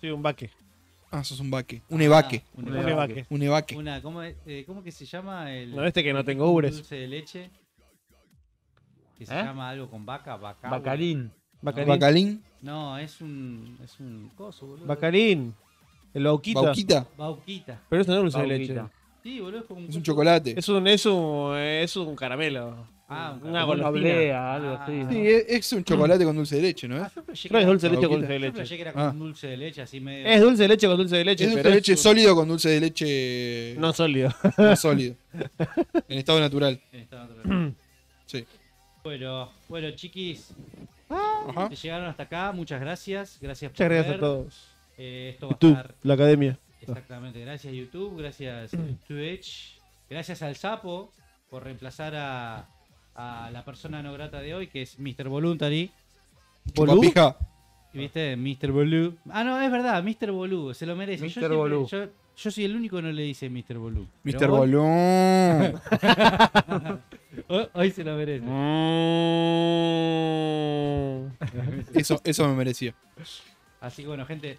D: Soy un vaque.
B: Ah, sos un vaque. Un evaque.
A: Ah, un
E: Un
D: Un
A: evaque.
E: evaque.
D: vaque.
B: Un evaque.
A: Una, ¿cómo, es- eh, ¿cómo que se llama el
D: No, este que no tengo
A: un
D: ubres.
A: dulce de leche? Que se
E: ¿Eh?
A: llama algo con vaca, vaca.
E: Bacarín.
D: Bacarín.
B: Bacalín.
A: No, es un es un coso, boludo.
D: Bacarín. El bauquita.
B: Bauquita.
A: Bauquita.
D: Pero eso no es dulce de
E: Bauquita.
D: leche.
A: Sí, boludo, es como un
B: Es un chocolate.
D: Es un, es un, es un caramelo.
A: Ah, un caramelo.
D: una
E: Una
D: golosina.
E: oblea, algo así. ¿no?
B: Sí, es, es un chocolate con dulce de leche, ¿no
A: Ah,
B: es?
A: yo pensé que
D: Creo que es
A: era-
D: dulce de leche con
B: Bauquita.
D: dulce de
A: Yo
D: leche.
A: pensé que era
B: Ah.
A: con dulce de leche así medio.
D: Es dulce de leche con dulce de leche,
B: Es dulce
D: pero
B: de
D: es
B: leche
D: un-
B: sólido con dulce de leche
D: no sólido.
B: no sólido. En estado natural.
A: Está en otro-
B: Sí.
A: bueno, bueno, chiquis,
B: Ajá.
A: que llegaron hasta acá, muchas gracias. Gracias por
D: Muchas gracias
A: ver.
D: a todos.
A: Eh, esto va a
D: YouTube,
A: estar
D: la academia.
A: Exactamente, gracias YouTube, gracias
D: Mm.
A: eh, Twitch, gracias al sapo por reemplazar a, a la persona no grata de hoy, que es Mr. Voluntary.
B: Chupapija.
A: ¿Viste? Mr. Bolú. Ah, no, es verdad, Mr. Bolú, se lo merece. Yo,
E: Mr.
A: siempre-
E: Bolú.
A: yo, yo soy el único que no le dice Mr. Bolú. Pero
B: Mr.
A: hoy-
B: Bolón.
A: Hoy, hoy se lo merece.
B: Eso, eso me merecía.
D: Mm.
A: Así que bueno, gente,